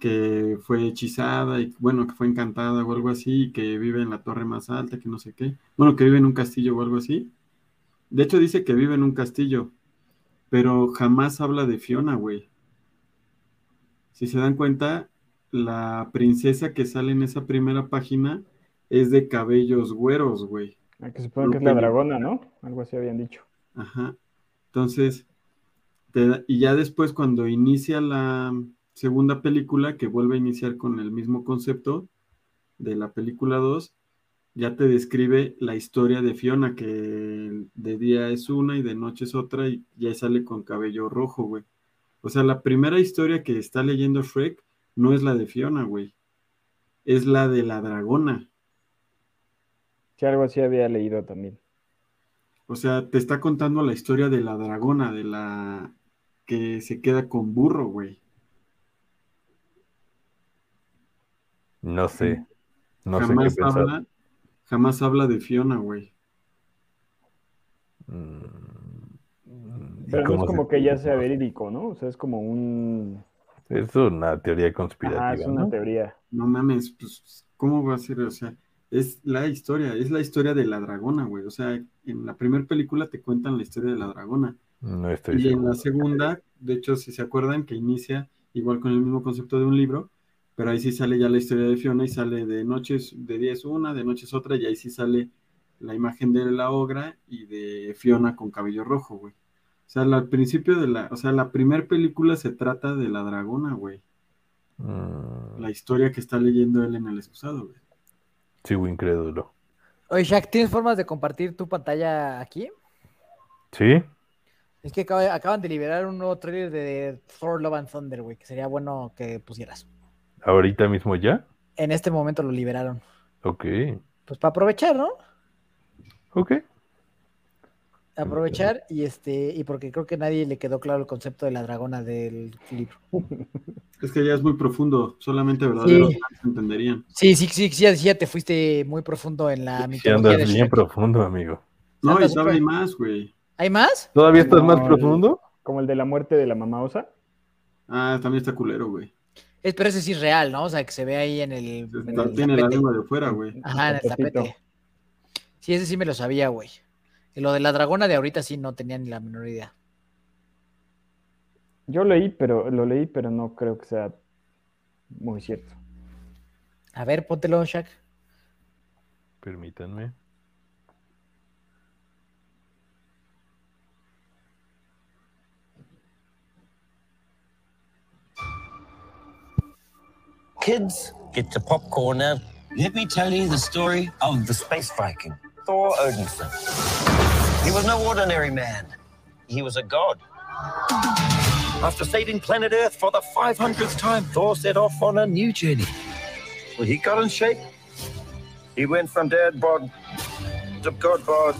S5: que fue hechizada y, bueno, que fue encantada o algo así, y que vive en la torre más alta, que no sé qué. Bueno, que vive en un castillo o algo así. De hecho, dice que vive en un castillo, pero jamás habla de Fiona, güey. Si se dan cuenta, la princesa que sale en esa primera página es de cabellos güeros, güey.
S4: Ah, Que supongo que es la dragona, ¿no? Algo así habían dicho.
S5: Ajá. Entonces, te da- y ya después cuando inicia la segunda película, que vuelve a iniciar con el mismo concepto de la película 2, ya te describe la historia de Fiona, que de día es una y de noche es otra, y ya sale con cabello rojo, güey. O sea, la primera historia que está leyendo Shrek no es la de Fiona, güey. Es la de la dragona.
S4: Sí, algo así había leído también.
S5: O sea, te está contando la historia de la dragona, de la que se queda con burro, güey.
S3: No sé. No sé qué
S5: jamás
S3: pensar.
S5: habla, jamás habla de Fiona, güey.
S3: Mm, ¿y
S4: Pero no es
S3: cómo se-
S4: como que ya sea verídico, ¿no? O sea, es como un...
S3: Es una teoría conspirativa,
S4: Ajá, Ah, es una
S3: ¿no?
S4: teoría.
S5: No mames, pues, ¿cómo va a ser? O sea, es la historia, es la historia de la dragona, güey. O sea, en la primera película te cuentan la historia de la dragona.
S3: No estoy
S5: Y en
S3: seguro.
S5: la segunda, de hecho, si se acuerdan, que inicia igual con el mismo concepto de un libro, pero ahí sí sale ya la historia de Fiona y sale de noches, de día es una, de noche es otra, y ahí sí sale la imagen de la obra y de Fiona con cabello rojo, güey. O sea, la- al principio de la, o sea, la primera película se trata de la dragona, güey.
S3: Mm,
S5: La historia que está leyendo él en el excusado, güey.
S3: sigo incrédulo.
S2: Oye, Shaq, ¿tienes formas de compartir tu pantalla aquí?
S3: ¿Sí?
S2: Es que acaba- acaban de liberar un nuevo trailer de Thor Love and Thunder, güey, que sería bueno que pusieras.
S3: ¿Ahorita mismo ya?
S2: En este momento lo liberaron.
S3: Ok.
S2: Pues para aprovechar, ¿no?
S3: Ok.
S2: aprovechar y este y porque creo que nadie le quedó claro el concepto de la dragona del libro.
S5: Es que ya es muy profundo, solamente verdaderos
S2: Sí.
S5: fans entenderían.
S2: Sí, sí, sí, sí, sí, ya te fuiste muy profundo en la
S3: Sí, andas
S2: mitología de
S3: bien
S2: Shrek.
S3: profundo, amigo.
S5: No,
S2: Santa
S5: y todavía hay
S2: Super-
S5: más, güey.
S2: ¿Hay más?
S3: ¿Todavía estás más
S4: No, eh.
S3: profundo?
S4: Como el de la muerte de la mamá osa.
S5: Ah, también está culero, güey.
S2: Es, pero ese sí es real, ¿no? O sea, que se ve ahí en el, en
S5: Está-
S2: el
S5: tiene la
S2: tapete.
S5: lengua de fuera, güey.
S2: Ajá, en el
S4: Tapetito.
S2: tapete. Sí, ese sí me lo sabía, güey. Y lo de la dragona de ahorita sí no tenía ni la menor idea.
S4: Yo leí, pero lo leí, pero no creo que sea muy cierto.
S2: A ver, póntelo, Shaq.
S3: Permítanme.
S6: Kids, get your popcorn now. Let me tell you the story of the space Viking, Thor Odinson. He was no ordinary man, he was a god. After saving planet Earth for the 500th time, Thor set off on a new journey. Well, he got in shape. He went from dad bod to god bod.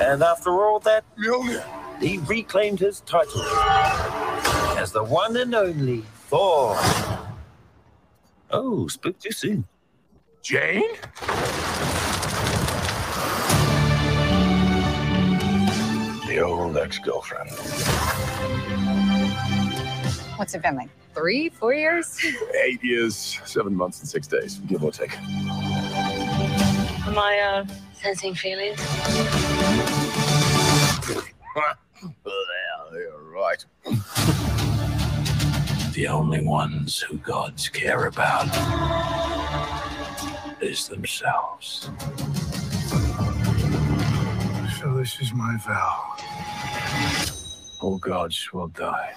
S6: And after all that, he reclaimed his title as the one and only Thor. Oh, spoke too soon. Jane? The old ex girlfriend.
S7: What's it been like? Three, four years?
S8: Eight years, seven months, and six days, give or take.
S7: Am I uh, sensing feelings?
S8: Well, you're right.
S6: (laughs) The only ones who gods care about is themselves. So this is my vow. All gods will die.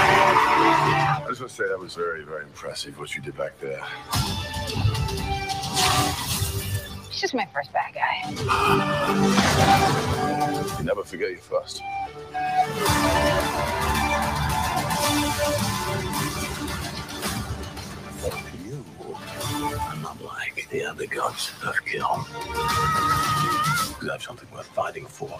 S8: I just want to say that was very, very impressive what you did back there.
S7: He's just my first bad guy.
S8: You never forget your first.
S6: You are not like the other gods of Kiln. You have something worth fighting for.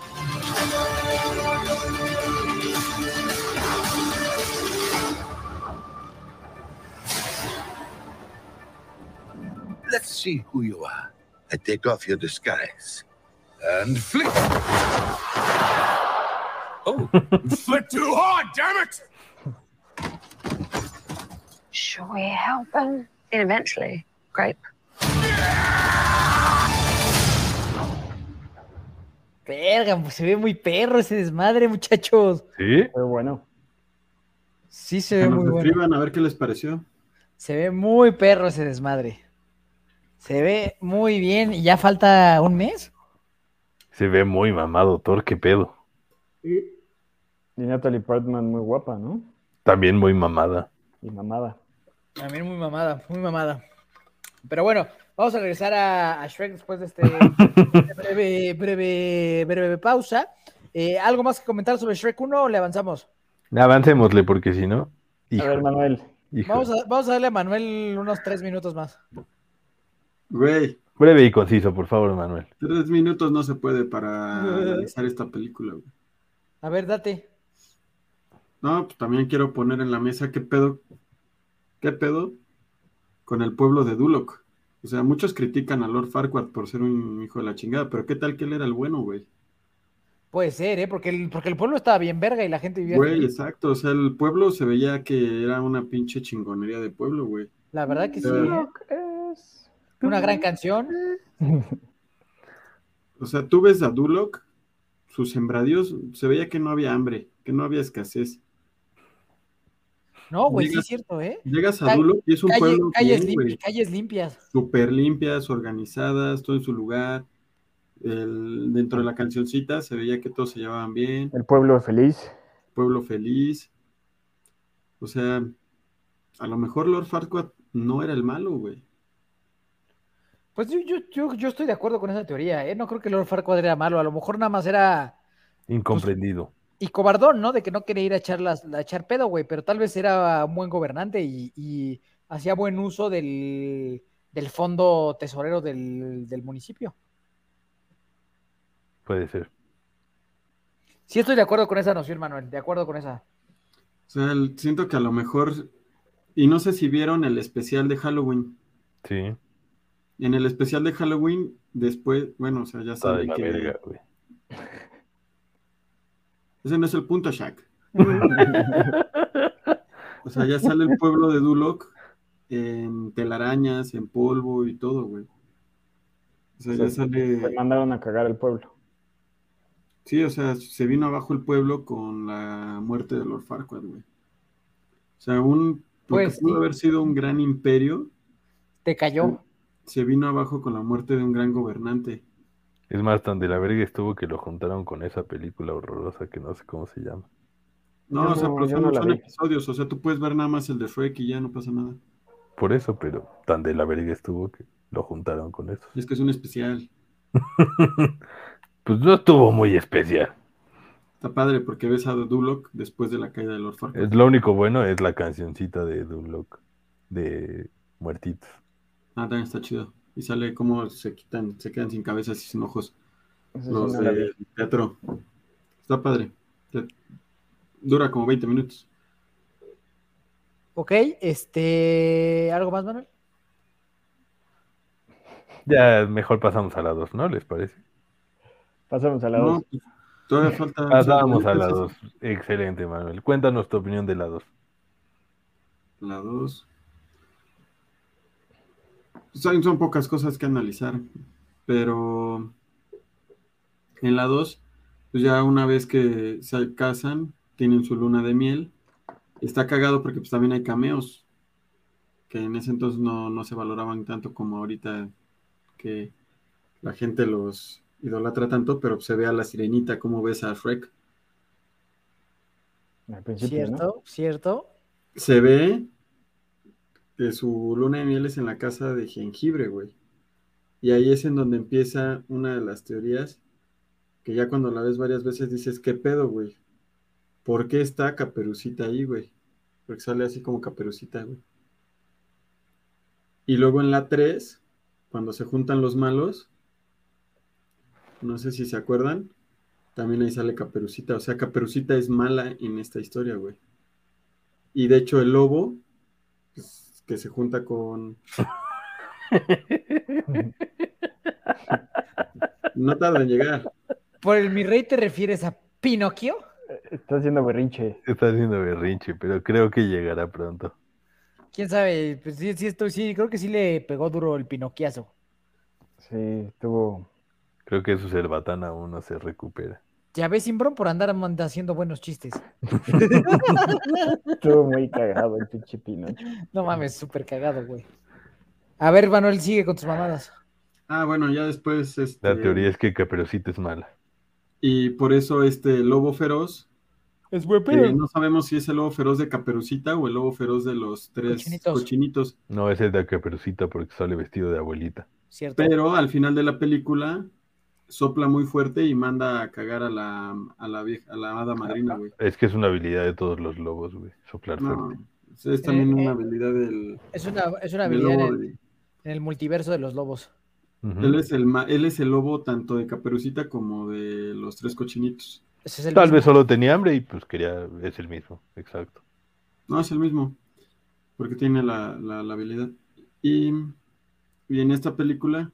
S8: Let's see who you are. I take off your disguise. And flip.
S6: Oh,
S8: flip too hard, damn it!
S7: Should we help him? And eventually, great.
S2: Verga, pues se ve muy perro ese desmadre, muchachos.
S3: ¿Sí?
S4: Pero bueno,
S2: Sí, se
S5: Que
S2: ve
S5: nos
S2: muy bueno.
S5: escriban a ver qué les pareció.
S2: Se ve muy perro ese desmadre. Se ve muy bien. ¿Y ya falta un mes?
S3: Se ve muy mamado, Thor, qué pedo.
S4: y Natalie Portman muy guapa, ¿no?
S3: También muy mamada.
S4: Y mamada.
S2: También muy mamada, muy mamada. Pero bueno, vamos a regresar a, a Shrek después de este breve, breve, breve pausa. Eh, ¿Algo más que comentar sobre Shrek 1 o le avanzamos?
S3: Avancémosle, porque si no.
S4: A ver,
S3: Hijo,
S4: Manuel.
S3: hijo.
S2: Vamos a, vamos a darle a Manuel unos tres minutos más.
S5: Güey,
S3: Breve y conciso, por favor, Manuel.
S5: tres minutos no se
S2: (laughs)
S5: puede para analizar esta película, güey.
S2: A ver, date.
S5: No, pues también quiero poner en la mesa qué pedo, qué pedo con el pueblo de Duloc. O sea, muchos critican a Lord Farquaad por ser un hijo de la chingada, pero qué tal que él era el bueno, güey.
S2: Puede ser, ¿eh? Porque el, porque el pueblo estaba bien verga y la gente vivía.
S5: Güey,
S2: feliz.
S5: exacto. O sea, el pueblo se veía que era una pinche chingonería de pueblo, güey.
S2: La verdad que sí.
S5: Claro.
S2: ¿eh? Una gran canción.
S5: O sea, tú ves a Duloc, sus sembradíos, se veía que no había hambre, que no había escasez.
S2: No, güey, sí
S5: Llegas-
S2: es cierto, ¿eh?
S5: Llegas a
S2: Calle-
S5: Duloc y es un
S2: Calle-
S5: pueblo
S2: calles,
S5: bien,
S2: lim-
S5: güey,
S2: calles limpias.
S5: súper limpias, organizadas, todo en su lugar. El- dentro de la cancioncita se veía que todos se llevaban bien.
S4: El pueblo feliz.
S5: pueblo feliz. O sea, a lo mejor Lord Farquaad no era el malo, güey.
S2: Pues yo, yo, yo, yo estoy de acuerdo con esa teoría, ¿eh? No creo que Lord Farquaad era malo, a lo mejor nada más era...
S3: Incomprendido.
S2: Y cobardón, ¿no? De que no quería ir a echar, las, a echar pedo, güey, pero tal vez era un buen gobernante y, y hacía buen uso del, del fondo tesorero del, del municipio.
S3: Puede ser.
S2: Sí, estoy de acuerdo con esa noción, Manuel, de acuerdo con esa.
S5: O sea, el- siento que a lo mejor, y no sé si vieron el especial de Halloween.
S3: Sí.
S5: En el especial de Halloween, después, bueno, o sea, ya
S3: Está de
S5: saben
S3: la
S5: que
S3: verga, güey.
S5: ese no es el punto,
S4: (laughs)
S5: Shaq. O sea, ya sale el pueblo de Duloc en telarañas, en polvo y todo, güey. O sea, ya
S4: Se- Se
S5: sale.
S4: mandaron a cagar al pueblo.
S5: Sí, o sea, se vino abajo el pueblo con la muerte de Lord Farquaad, güey. O sea, un. lo que
S2: Pues,
S5: pudo
S2: sí.
S5: haber sido un gran imperio,
S2: Te cayó.
S5: se vino abajo con la muerte de un gran gobernante.
S3: Es más, tan de la verga estuvo que lo juntaron con esa película horrorosa que no sé cómo se llama.
S5: No,
S4: Yo
S5: o sea,
S4: no-
S5: pero
S4: yo
S5: son,
S4: no la
S5: son
S4: vi.
S5: episodios, o sea, tú puedes ver nada más el de Shrek y ya no pasa nada.
S3: Por eso, pero tan de la verga estuvo que lo juntaron con eso.
S5: Es que es un especial.
S3: pues no estuvo muy especial.
S5: Está padre porque ves a Duloc después de la caída de Lord Farquaad.
S3: Es, lo único bueno es la cancioncita de Duloc de Muertitos.
S5: Ah, también está chido. Y sale cómo se quitan, se quedan sin cabezas y sin ojos
S4: Esa sí
S5: los
S4: no la vi.
S5: de teatro. Está padre. Te- Dura como 20 minutos.
S2: Ok, este. ¿Algo más, Manuel?
S3: Ya mejor pasamos a la 2, ¿no? ¿Les parece?
S4: Pasamos a la
S5: No,
S4: dos.
S5: pues, todavía
S4: (laughs)
S5: falta.
S3: Pasamos a la 2. Excelente, Manuel. Cuéntanos tu opinión de la 2.
S5: La 2. Son, son pocas cosas que analizar, pero en la 2, pues ya una vez que se casan, tienen su luna de miel. Está cagado porque pues también hay cameos, que en ese entonces no, no se valoraban tanto como ahorita que la gente los idolatra tanto, pero se ve a la sirenita como ves a Shrek.
S4: Al principio,
S2: Cierto, cierto.
S5: Se ve que su luna de miel es en la casa de jengibre, güey. Y ahí es en donde empieza una de las teorías que ya cuando la ves varias veces dices, ¿qué pedo, güey? ¿Por qué está Caperucita ahí, güey? Porque sale así como Caperucita, güey. Y luego en la 3, cuando se juntan los malos, no sé si se acuerdan, también ahí sale Caperucita. O sea, Caperucita es mala en esta historia, güey. Y de hecho el lobo, pues, que se junta con...
S3: (laughs)
S5: No tarda en llegar.
S2: ¿Por el mi rey te refieres a Pinocchio?
S4: ¿no? Está haciendo berrinche.
S3: Está haciendo berrinche, pero creo que llegará pronto.
S2: ¿Quién sabe? Pues sí, sí, esto, sí, creo que sí le pegó duro el Pinocchiazo.
S4: Sí, tuvo.
S3: Creo que su cerbatana aún no se recupera.
S2: Ya ves, Simbrón, por andar mand- haciendo buenos chistes.
S4: Estuvo muy cagado el pinche Pinocho.
S2: No mames, súper cagado, güey. A ver, Manuel, sigue con tus mamadas.
S5: Ah, bueno, ya después...
S3: La
S5: este,
S3: teoría es que Caperucita es mala.
S5: Y por eso este lobo feroz,
S2: Es buen
S5: que no sabemos si es el lobo feroz de Caperucita o el lobo feroz de los tres
S2: Cochinitos.
S5: cochinitos.
S3: No es el de Caperucita porque sale vestido de abuelita.
S2: Cierto.
S5: Pero al final de la película sopla muy fuerte y manda a cagar a la, a la, vieja, a la hada madrina,
S2: Ah,
S5: güey.
S3: Es que es una habilidad de todos los lobos, güey. Soplar
S5: No,
S3: fuerte.
S5: o sea, es también
S2: Eh,
S5: una
S2: eh.
S5: habilidad del,
S2: Es una, es una
S5: del
S2: habilidad en
S5: lobo.
S2: el,
S5: de-
S2: en el multiverso de los lobos.
S3: Ujú.
S5: Él es, el ma- él es el lobo tanto de Caperucita como de los tres cochinitos.
S2: Ese es el
S3: Tal
S2: mismo.
S3: vez solo tenía hambre y pues quería. Es el mismo, exacto.
S5: No, es el mismo, porque tiene la, la- la habilidad. Y, y en esta película,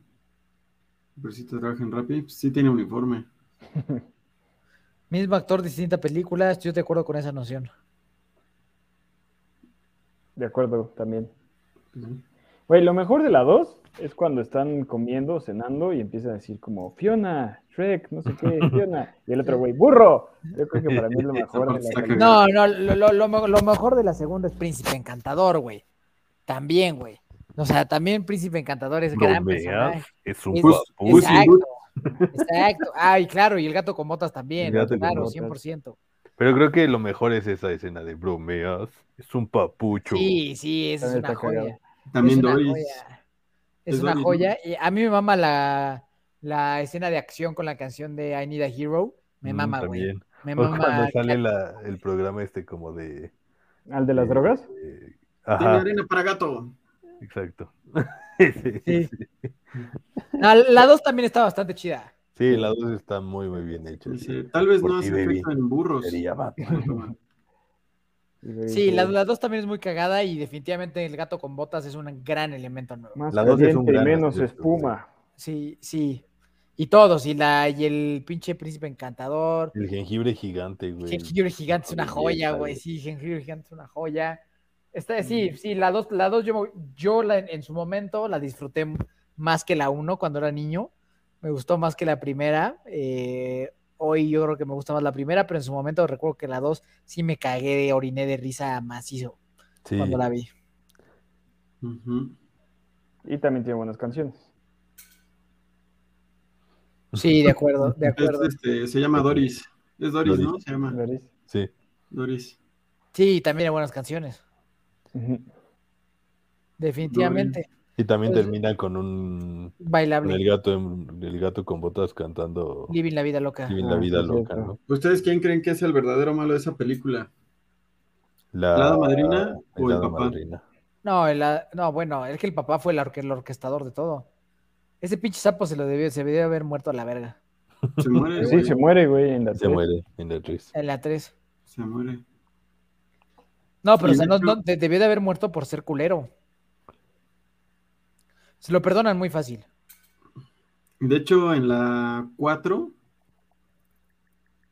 S5: Caperucita trabaja en Rappi, pues sí tiene uniforme.
S2: Mismo actor, distinta película. Estoy de acuerdo con esa noción.
S4: De acuerdo, también.
S5: Ujú.
S4: Güey, lo mejor de la 2 es cuando están comiendo, cenando y empiezan a decir como Fiona, Shrek, no sé
S3: (laughs)
S4: qué, Fiona. Y el otro güey, burro. Yo creo que para
S5: Eh,
S4: mí es lo mejor de
S5: Está
S4: la
S5: cagado.
S2: No, no, lo, lo- lo me- lo mejor de la segunda es Príncipe Encantador, güey. También, güey. O sea, también Príncipe Encantador es gran
S3: No veas,
S2: personaje.
S3: es un
S2: Es-
S5: Pues-
S3: guapo.
S5: Uy, sin
S2: Exacto.
S3: (laughs)
S2: Exacto. Ay, claro, y el gato con botas también.
S3: El gato con
S2: claro,
S3: botas.
S2: 100%.
S3: Pero creo que lo mejor es esa escena de bromeas. Es un papucho.
S2: Sí, sí, esa es
S4: También
S2: una
S4: está cagado.
S2: joya.
S5: También
S2: es una
S5: Doris.
S2: joya. Es,
S5: Es
S2: una
S5: Doris,
S2: joya. Y a mí me mama la, la escena de acción con la canción de I Need a Hero. Me
S3: Mm,
S2: mama, güey.
S3: también.
S2: Me
S3: (laughs) O
S2: mama.
S3: cuando sale la- el programa este como de.
S4: ¿Al de las
S3: eh,
S4: drogas?
S3: eh,
S5: Tiene
S3: ajá,
S5: arena para gato.
S3: exacto. (laughs) Sí,
S2: Sí. La- La 2 también está bastante chida.
S3: sí, la 2 está muy, muy bien hecha.
S5: Dice, tal vez no
S3: Por ti,
S5: hace
S3: baby.
S5: efecto en burros.
S3: Sería
S5: Pues,
S3: Batman.
S5: Batman.
S2: Sí, la 2 también es muy cagada y definitivamente el gato con botas es un gran elemento nuevo.
S4: Más
S3: La dos es
S4: caliente
S3: un gran
S4: y menos
S3: acierto,
S4: espuma.
S2: Sí, sí. Y todos, y la y el pinche príncipe encantador.
S3: El jengibre gigante, güey.
S2: Jengibre gigante es una
S3: Oye, Mm.
S2: joya,
S3: padre.
S2: güey. Sí, jengibre gigante es una joya. Esta, sí, sí, la 2, la dos yo, yo la- en su momento la disfruté más que la 1 cuando era niño. Me gustó más que la primera. Eh, hoy yo creo que me gusta más la primera, pero en su momento recuerdo que la 2 sí me cagué, oriné de risa macizo
S3: Sí.
S2: cuando la
S3: (laughs)
S2: vi.
S5: Ujú.
S4: Y también tiene buenas canciones.
S2: Sí, de acuerdo, de
S5: Es,
S2: acuerdo.
S5: este, se llama Doris. Es Doris,
S3: Doris.
S5: ¿no? Se llama
S4: ¿Verdad?
S3: Sí.
S5: Doris.
S2: Sí, también hay buenas canciones.
S4: Ujú.
S2: Definitivamente.
S3: Y también
S2: Pues-
S3: termina con un. Con
S2: Bailable.
S3: el gato, en- el gato con botas cantando
S2: Living la vida loca.
S3: Living la
S4: Ah,
S3: vida
S4: sí,
S3: loca,
S4: cierto.
S3: ¿no?
S5: ¿Ustedes quién creen que es el verdadero malo de esa película?
S3: La,
S5: ¿La hada madrina o el
S3: hada
S5: papá?
S3: madrina.
S2: No, el a- no, bueno, es que el papá fue el, orque- el orquestador de todo. Ese pinche sapo se lo debió, se debió haber muerto a la verga.
S5: Se muere,
S4: Pues
S5: güey.
S4: sí, se muere, güey, en la
S3: Se
S4: tres.
S3: muere en la actriz.
S5: Ah,
S2: En la 3.
S5: Se muere.
S2: No, pero o sea,
S5: Y
S2: no,
S5: de hecho-
S2: no, de- debió de haber muerto por ser culero. Se lo perdonan muy fácil.
S5: De hecho, en la 4,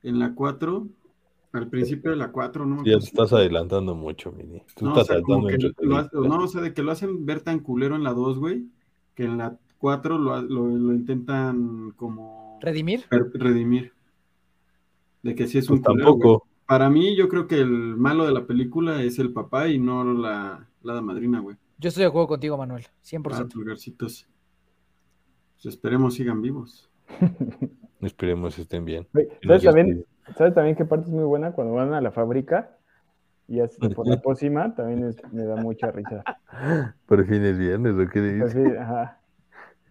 S5: en la 4, al principio de la 4, no me
S3: Ya
S5: acuerdo.
S3: te estás adelantando mucho, Mini. Tú
S5: No, o
S3: estás
S5: sea, como
S3: saltando
S5: que
S3: entre
S5: lo
S3: películas.
S5: hace- no, o sea, de que lo hacen ver tan culero en la 2, güey, que en la 4 lo, ha- lo- lo intentan como
S2: ¿Redimir?
S5: per- redimir. De que sí es
S3: Pues
S5: un culero, güey.
S3: tampoco.
S5: Para mí, yo creo que el malo de la película es el papá y no la, la hada madrina, güey.
S2: Yo estoy de acuerdo contigo, Manuel. 100%.
S5: Ah, pulgarcitos. Pues esperemos sigan vivos.
S3: Esperemos estén bien.
S4: Güey,
S3: Que no
S4: ¿Sabes
S3: se
S4: también,
S3: estén-
S4: ¿Sabes también qué parte es muy buena? Cuando van a la fábrica y
S3: (laughs)
S4: hacen por la pócima, también es- me da mucha risa.
S3: Por fin es viernes, ¿o qué dices?
S4: Así, ajá,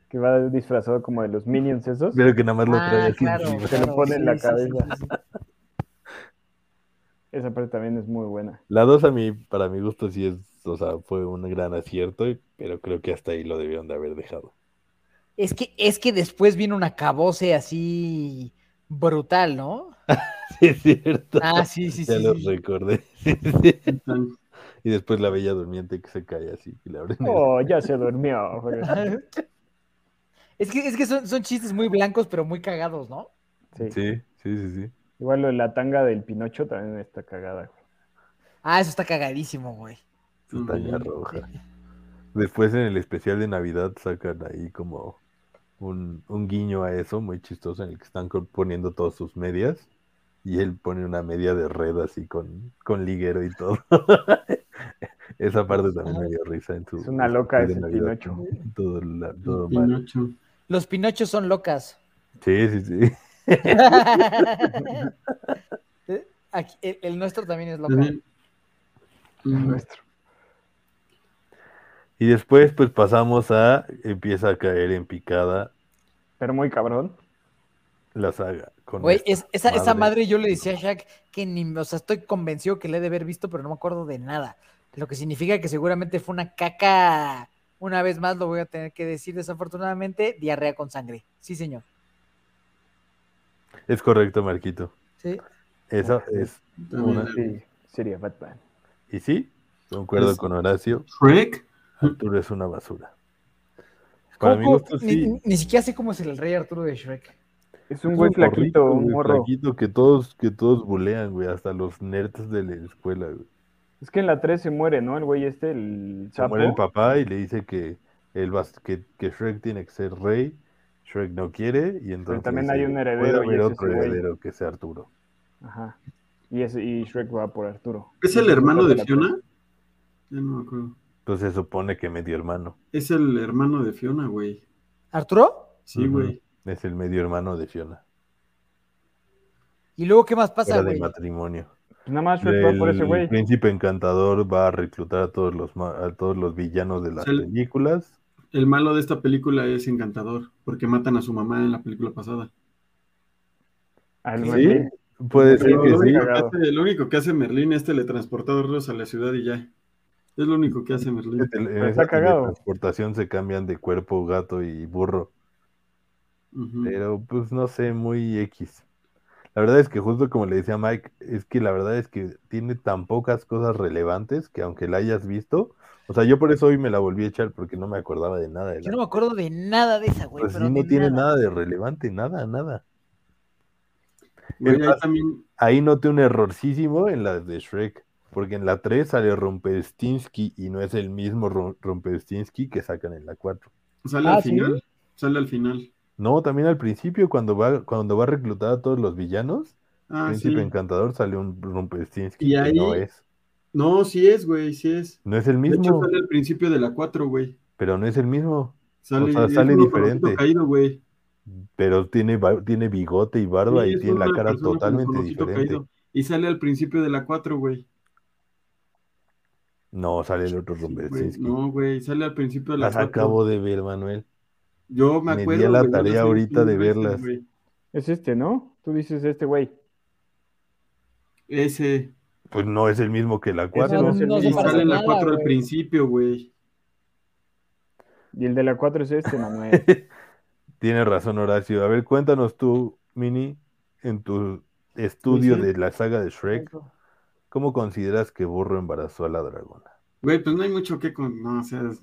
S4: que va disfrazado como de los minions esos.
S3: Pero que nada más lo trae
S2: Ah,
S3: así
S2: claro.
S3: encima.
S4: Se lo
S2: claro,
S4: pone en la
S2: sí, sí, sí,
S4: cabeza.
S2: sí, sí.
S4: Esa parte también es muy buena.
S3: La 2 a mí, para mi gusto, sí es, o sea, fue un gran acierto, y- pero creo que hasta ahí lo debieron de haber dejado. (laughs)
S2: Es que, es que después viene un acabose así brutal, ¿no?
S3: Sí, es cierto.
S2: Ah, sí, sí,
S3: (laughs) ya
S2: sí.
S3: los
S2: sí.
S3: recordé. Sí, sí.
S5: Tan-
S3: Y después la bella durmiente que se cae así y le abren el-
S4: Oh, ya se durmió. güey.
S2: (laughs) Es que, es que son, son chistes muy blancos, pero muy cagados, ¿no?
S4: Sí.
S3: Sí, sí, sí, sí.
S4: Igual lo de la tanga del Pinocho también está
S3: (laughs)
S4: cagada. güey.
S2: Ah, eso está cagadísimo, güey.
S3: Su talla roja. Después en el especial de Navidad sacan ahí como un, un guiño a eso, muy chistoso, en el que están co- poniendo todas sus medias. Y él pone una media de red así con, con liguero y todo. (laughs) Esa parte también me dio risa en su.
S4: Es una loca
S3: especial
S4: ese
S3: de Navidad.
S4: Pinocho.
S3: Todo, la- todo mal.
S5: Pinocho.
S2: Los pinochos son (laughs) locas.
S3: Sí, sí, sí.
S2: Aquí- el, el nuestro también es loca.
S5: También- Mm,
S4: Nuestro.
S3: Y después, pues pasamos a. Empieza a caer en picada
S4: Pero muy cabrón.
S3: la saga. Con
S2: Güey,
S3: esta
S2: es- esa, esa
S3: madre.
S2: madre yo le decía a Shaq que ni, o sea, estoy convencido que le he de haber visto, pero no me acuerdo de nada. Lo que significa que seguramente fue una caca. Una vez más lo voy a tener que decir, desafortunadamente, diarrea con sangre. Sí, señor.
S3: Es correcto, Marquito.
S2: Sí.
S3: Esa es.
S5: también
S3: Una-
S5: la-
S4: Sí, sería Batman.
S3: Y sí, concuerdo
S5: Es-
S3: con Horacio.
S5: Shrek.
S3: Arturo es una basura. Para mi
S2: ¿Cómo-
S3: gusto,
S2: ni,
S3: sí.
S2: ni- ni siquiera sé cómo es el rey Arturo de Shrek.
S4: Es
S3: Es
S4: un güey
S3: gorrito,
S4: flaquito, un
S3: güey,
S4: morro.
S3: flaquito que todos, que todos bulean, güey. Hasta los nerds de la escuela, güey.
S4: Es que en la 3 se muere, ¿no? El güey este, el
S3: Se
S4: sapo.
S3: muere el papá y le dice que, el bas- que, que Shrek tiene que ser rey. Shrek no quiere y entonces.
S4: también hay
S3: eh,
S4: un
S3: puede
S4: heredero y
S3: haber
S4: es
S3: otro
S4: ese güey.
S3: heredero que sea Arturo.
S4: Ajá. Y, ese- y Shrek va por Arturo.
S5: ¿Es el hermano de Fiona? Ya no me acuerdo.
S3: Entonces se supone que medio hermano.
S5: Es el hermano de Fiona, güey.
S2: ¿Arturo?
S5: Sí,
S3: Ujú.
S5: güey.
S3: Es el medio hermano de Fiona.
S2: ¿Y luego qué más pasa,
S3: Era de
S2: güey?
S3: matrimonio.
S4: Pues nada más Shrek va por ese
S3: El
S4: güey.
S3: príncipe encantador va a reclutar a todos los ma- a todos los villanos de las
S5: Sale-
S3: películas.
S5: El malo de esta película es encantador, porque matan a su mamá en la película pasada.
S4: Al
S3: Sí,
S4: Merlín.
S3: Puede ser
S5: Pero
S3: que
S5: lo,
S3: sí.
S5: único que hace, lo único que hace Merlín es teletransportarlos a la ciudad y ya. Es lo único que hace Merlín.
S3: El-
S4: Pero
S3: es
S4: está
S3: el de
S4: cagado.
S3: transportación se cambian de cuerpo, gato y burro.
S2: Mm.
S5: Ujú.
S3: Pero pues no sé, muy X. La verdad es que justo como le decía Mike, es que la verdad es que tiene tan pocas cosas relevantes que aunque la hayas visto, o sea, yo por eso hoy me la volví a echar porque no me acordaba de nada. De
S2: Yo
S3: la...
S2: no me acuerdo de nada de esa, güey.
S3: Pues sí,
S2: pero
S3: no
S2: de
S3: tiene
S2: nada.
S3: nada de relevante, nada, nada.
S5: Güey,
S3: El
S5: ahí
S3: más-
S5: también,
S3: Ahí noté un errorcísimo en la de Shrek, porque en la 3 sale Rumpelstinsky y no es el mismo Ru- Rumpelstinsky que sacan en la 4.
S5: sale
S2: Ah,
S5: al
S2: ¿sí?
S5: final. Sale al final.
S3: No, también al principio, cuando va, cuando va a reclutar a todos los villanos,
S5: Ah, sí.
S3: Príncipe Encantador sale un Rumpelstinsky
S5: Y
S3: que
S5: ahí-
S3: no es.
S5: No, sí es, güey, sí es.
S3: No es el
S5: De hecho,
S3: mismo,
S5: sale al principio de la 4, güey.
S3: pero no es el mismo.
S5: Sale,
S3: O sea,
S5: es
S3: sale
S5: un
S3: diferente.
S5: conejito caído, güey.
S3: Pero tiene, ba- tiene bigote y barba
S5: Sí,
S3: y
S5: es
S3: tiene la
S5: una
S3: cara
S5: persona con
S3: totalmente
S5: conejito
S3: diferente.
S5: caído. Y sale al principio de la 4, güey.
S3: No, sale el otro
S5: Sí, güey.
S3: Rumpelstinsky.
S5: No, güey, sale al principio de la
S3: Las
S5: 4.
S3: acabo de ver, Manuel.
S5: Yo me
S3: Me di
S5: acuerdo.
S3: a la
S5: güey, yo las
S3: tarea
S5: he
S3: ahorita
S5: visto
S3: de
S5: mil veces,
S3: verlas.
S5: güey.
S4: Es este, ¿no? Tú dices este güey.
S5: Ese.
S3: Pues no es el mismo que la
S4: Ese
S3: 4.
S4: no es el
S2: No se
S5: Y
S4: mismo.
S2: parece
S5: sale en la
S2: nada,
S5: 4 al
S2: güey.
S5: principio, güey.
S4: Y el de la 4 es este, Manuel.
S3: Tiene razón, Horacio. A ver, cuéntanos tú, Mini, en tu
S2: Pues
S3: estudio
S5: Sí, sí.
S3: de la saga de Shrek, ¿cómo consideras que Burro embarazó a la dragona? (laughs)
S5: Güey, pues no hay mucho que con. No, o sea. es-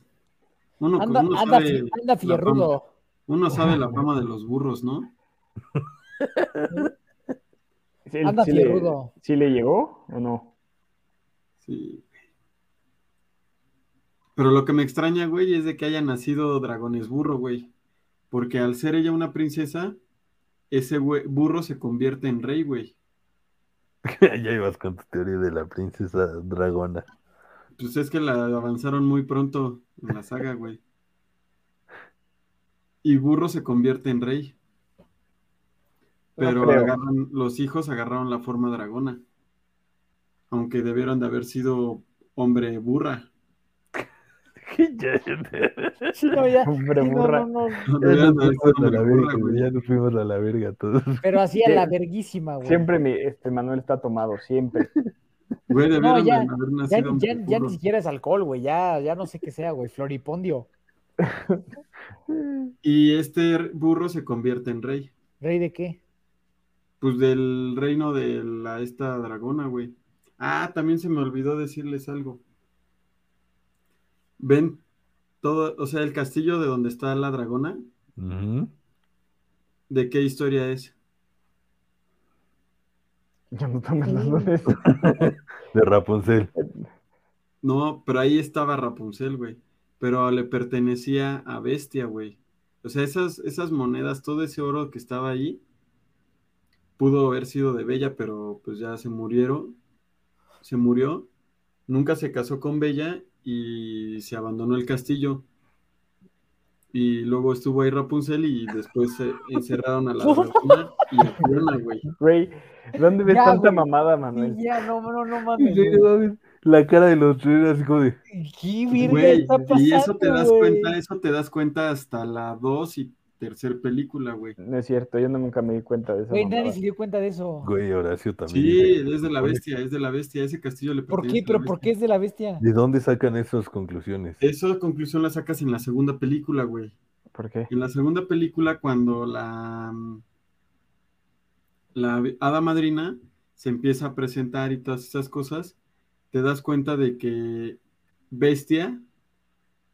S5: Uno,
S2: Anda,
S5: uno
S2: anda,
S5: sabe,
S2: fi- anda fierrudo.
S5: uno sabe la fama de los burros, ¿no?
S4: ¿Sí-
S2: Anda
S4: sí le-
S2: fierrudo.
S4: ¿Sí le llegó o no?
S5: Sí. Pero lo que me extraña, güey, es de que haya nacido dragones burro, güey. Porque al ser ella una princesa, ese güey- burro se convierte en rey, güey.
S3: ya ibas con tu teoría de la princesa dragona.
S5: Pues es que la avanzaron muy pronto en la saga, güey. Y burro se convierte en rey. Pero
S4: creo.
S5: agarran- los hijos agarraron la forma dragona. Aunque debieron de haber sido hombre burra.
S3: Ya-
S2: (laughs) Sí, no, ya-
S4: Hombre,
S2: sí, no,
S4: burra.
S2: no, no.
S5: Debieron
S3: nos
S5: de haber sido
S3: fuimos a la
S5: hombre burra,
S3: verga,
S5: güey.
S3: ya nos fuimos a la verga todos.
S2: Pero así a
S4: Sí.
S2: la verguísima, güey.
S4: Siempre mi, este Manuel está tomado, siempre. (laughs)
S5: Güey, debieron
S2: ya-
S5: de haber
S2: Ya,
S5: nacido
S2: ya-
S5: hombre
S2: ya ni
S5: burro.
S2: siquiera es alcohol, güey. Ya, ya no sé qué sea, güey. Floripondio.
S5: Y este burro se convierte en rey.
S2: ¿Rey de qué?
S5: Pues del reino de la, esta dragona, güey. Ah, también se me olvidó decirles algo. Ven, todo, o sea, el castillo de donde está la dragona,
S3: Ujú.
S5: ¿de qué historia es?
S4: Ya no están hablando de eso.
S3: (laughs) De
S4: (laughs)
S3: Rapunzel.
S5: No, pero ahí estaba Rapunzel, güey. Pero le pertenecía a Bestia, güey. O sea, esas, esas monedas, todo ese oro que estaba ahí, pudo haber sido de Bella, pero pues ya se murieron. Se murió. Nunca se casó con Bella y se abandonó el castillo. Y luego estuvo ahí Rapunzel y después se encerraron a la dragona y a Fiona, güey.
S4: Güey, ¿dónde ves
S2: Ya,
S4: tanta
S2: güey.
S4: mamada,
S2: Sí,
S4: Manuel?
S2: ya, no, no, no
S3: Sí,
S2: mames.
S3: no
S2: güey.
S3: mames. La cara de los tres así como de...
S2: ¿Qué verga
S5: Güey,
S2: está pasando,
S5: y eso te das
S2: güey?
S5: cuenta, eso te das cuenta hasta la dos y tercer película, güey.
S4: No es cierto, yo no nunca me di cuenta de esa
S2: Güey,
S4: mamada.
S2: nadie se dio cuenta de eso.
S3: Güey, Horacio también.
S5: Sí,
S3: dice que
S5: es de la
S3: Rapunzel.
S5: bestia, es de la bestia, ese castillo le
S2: ¿Por
S5: pertenece
S2: qué?
S5: a la
S2: ¿Pero por qué
S5: bestia.
S2: es de la bestia?
S3: ¿De dónde sacan esas conclusiones?
S5: Esa conclusión la sacas en la segunda película, güey.
S4: ¿Por qué?
S5: En la segunda película, cuando la, mm, la hada madrina se empieza a presentar y todas esas cosas, te das cuenta de que Bestia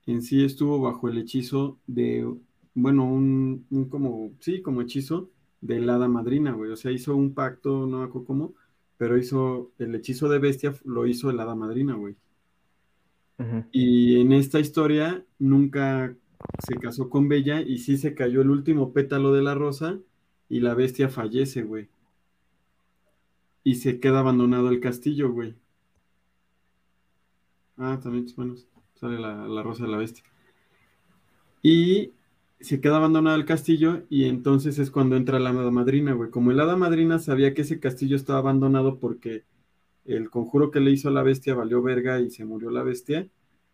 S5: en sí estuvo bajo el hechizo de, bueno, un, un como, sí, como hechizo de la hada madrina, güey. O sea, hizo un pacto, no me acuerdo cómo, pero hizo el hechizo de Bestia, lo hizo el hada madrina, güey.
S4: Ujú.
S5: Y en esta historia nunca se casó con Bella y sí se cayó el último pétalo de la rosa y la bestia fallece, güey. Y se queda abandonado el castillo, güey. Ah, también, bueno, sale la, la rosa de la bestia. Y se queda abandonado el castillo y entonces es cuando entra la hada madrina, güey. Como el hada madrina sabía que ese castillo estaba abandonado porque el conjuro que le hizo a la bestia valió verga y se murió la bestia,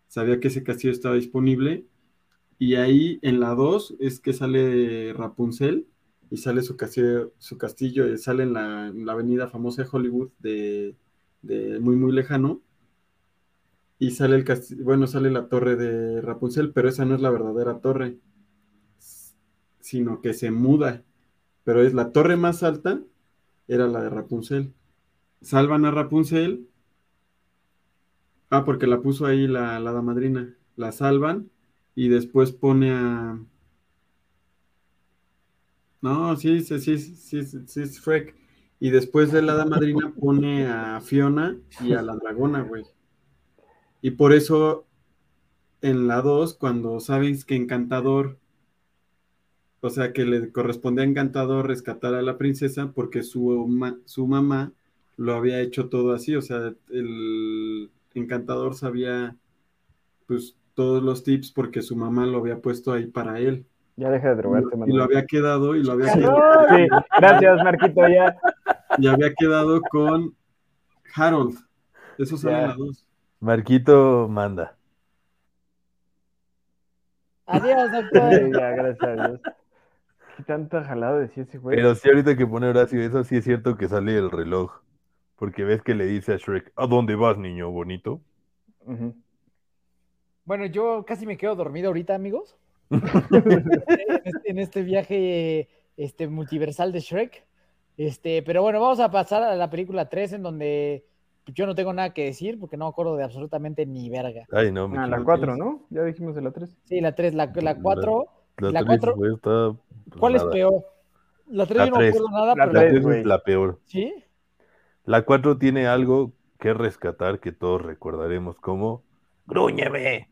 S5: sabía que ese castillo estaba disponible. Y ahí en la 2 es que sale Rapunzel y sale su castillo, su castillo eh, sale en la, en la avenida famosa de Hollywood de, de muy, muy lejano. y sale el cast- bueno, sale la torre de Rapunzel, pero esa no es la verdadera torre, s- sino que se muda, pero es la torre más alta, era la de Rapunzel. Salvan a Rapunzel. Ah, porque la puso ahí la, la hada madrina. La salvan y después pone a... No, sí, sí, sí, sí, sí, sí es Shrek. Y después de la hada madrina pone a Fiona y a la dragona, güey. Y por eso en la 2, cuando sabes que Encantador, o sea, que le corresponde a Encantador rescatar a la princesa porque su, ma- su mamá lo había hecho todo así, o sea, el Encantador sabía pues todos los tips porque su mamá lo había puesto ahí para él.
S4: Ya deja de drogarte,
S5: Y lo
S4: Manuel.
S5: había quedado y lo había quedado.
S4: Sí, gracias, Marquito, ya.
S5: y había quedado con Harold. Eso sale
S4: Ya.
S5: en la
S3: (laughs)
S5: 2.
S3: Marquito manda.
S2: Adiós, doctor.
S4: Sí, ya, gracias a Dios. Qué tanta jalada decía ese güey.
S2: pues.
S3: Pero sí, ahorita que pone Horacio, eso sí es cierto que sale el reloj. Porque ves que le dice a Shrek, ¿a dónde vas, niño bonito?
S4: Ujú.
S2: Bueno, yo casi me quedo dormido ahorita,
S3: (laughs)
S2: amigos. (laughs) en, este, en este viaje este, multiversal de Shrek. Este, pero bueno, vamos a pasar a la película 3, en donde yo no tengo nada que decir porque no me acuerdo de absolutamente ni verga.
S3: Ay, no, me
S4: Ah, la 4, ¿no? Ya dijimos de la 3.
S2: Sí, la 3, la, la 4.
S3: La,
S2: La
S3: tres,
S2: cuatro-
S3: güey, está, Mm, pues,
S2: ¿Cuál es
S3: nada.
S2: peor? La 3
S3: La
S2: yo no me
S3: tres.
S2: acuerdo nada,
S4: La
S2: pero
S3: La
S4: tres,
S3: tres es
S4: güey.
S3: la peor.
S2: sí.
S3: La 4 tiene algo que rescatar que todos recordaremos como ¡Grúñeme!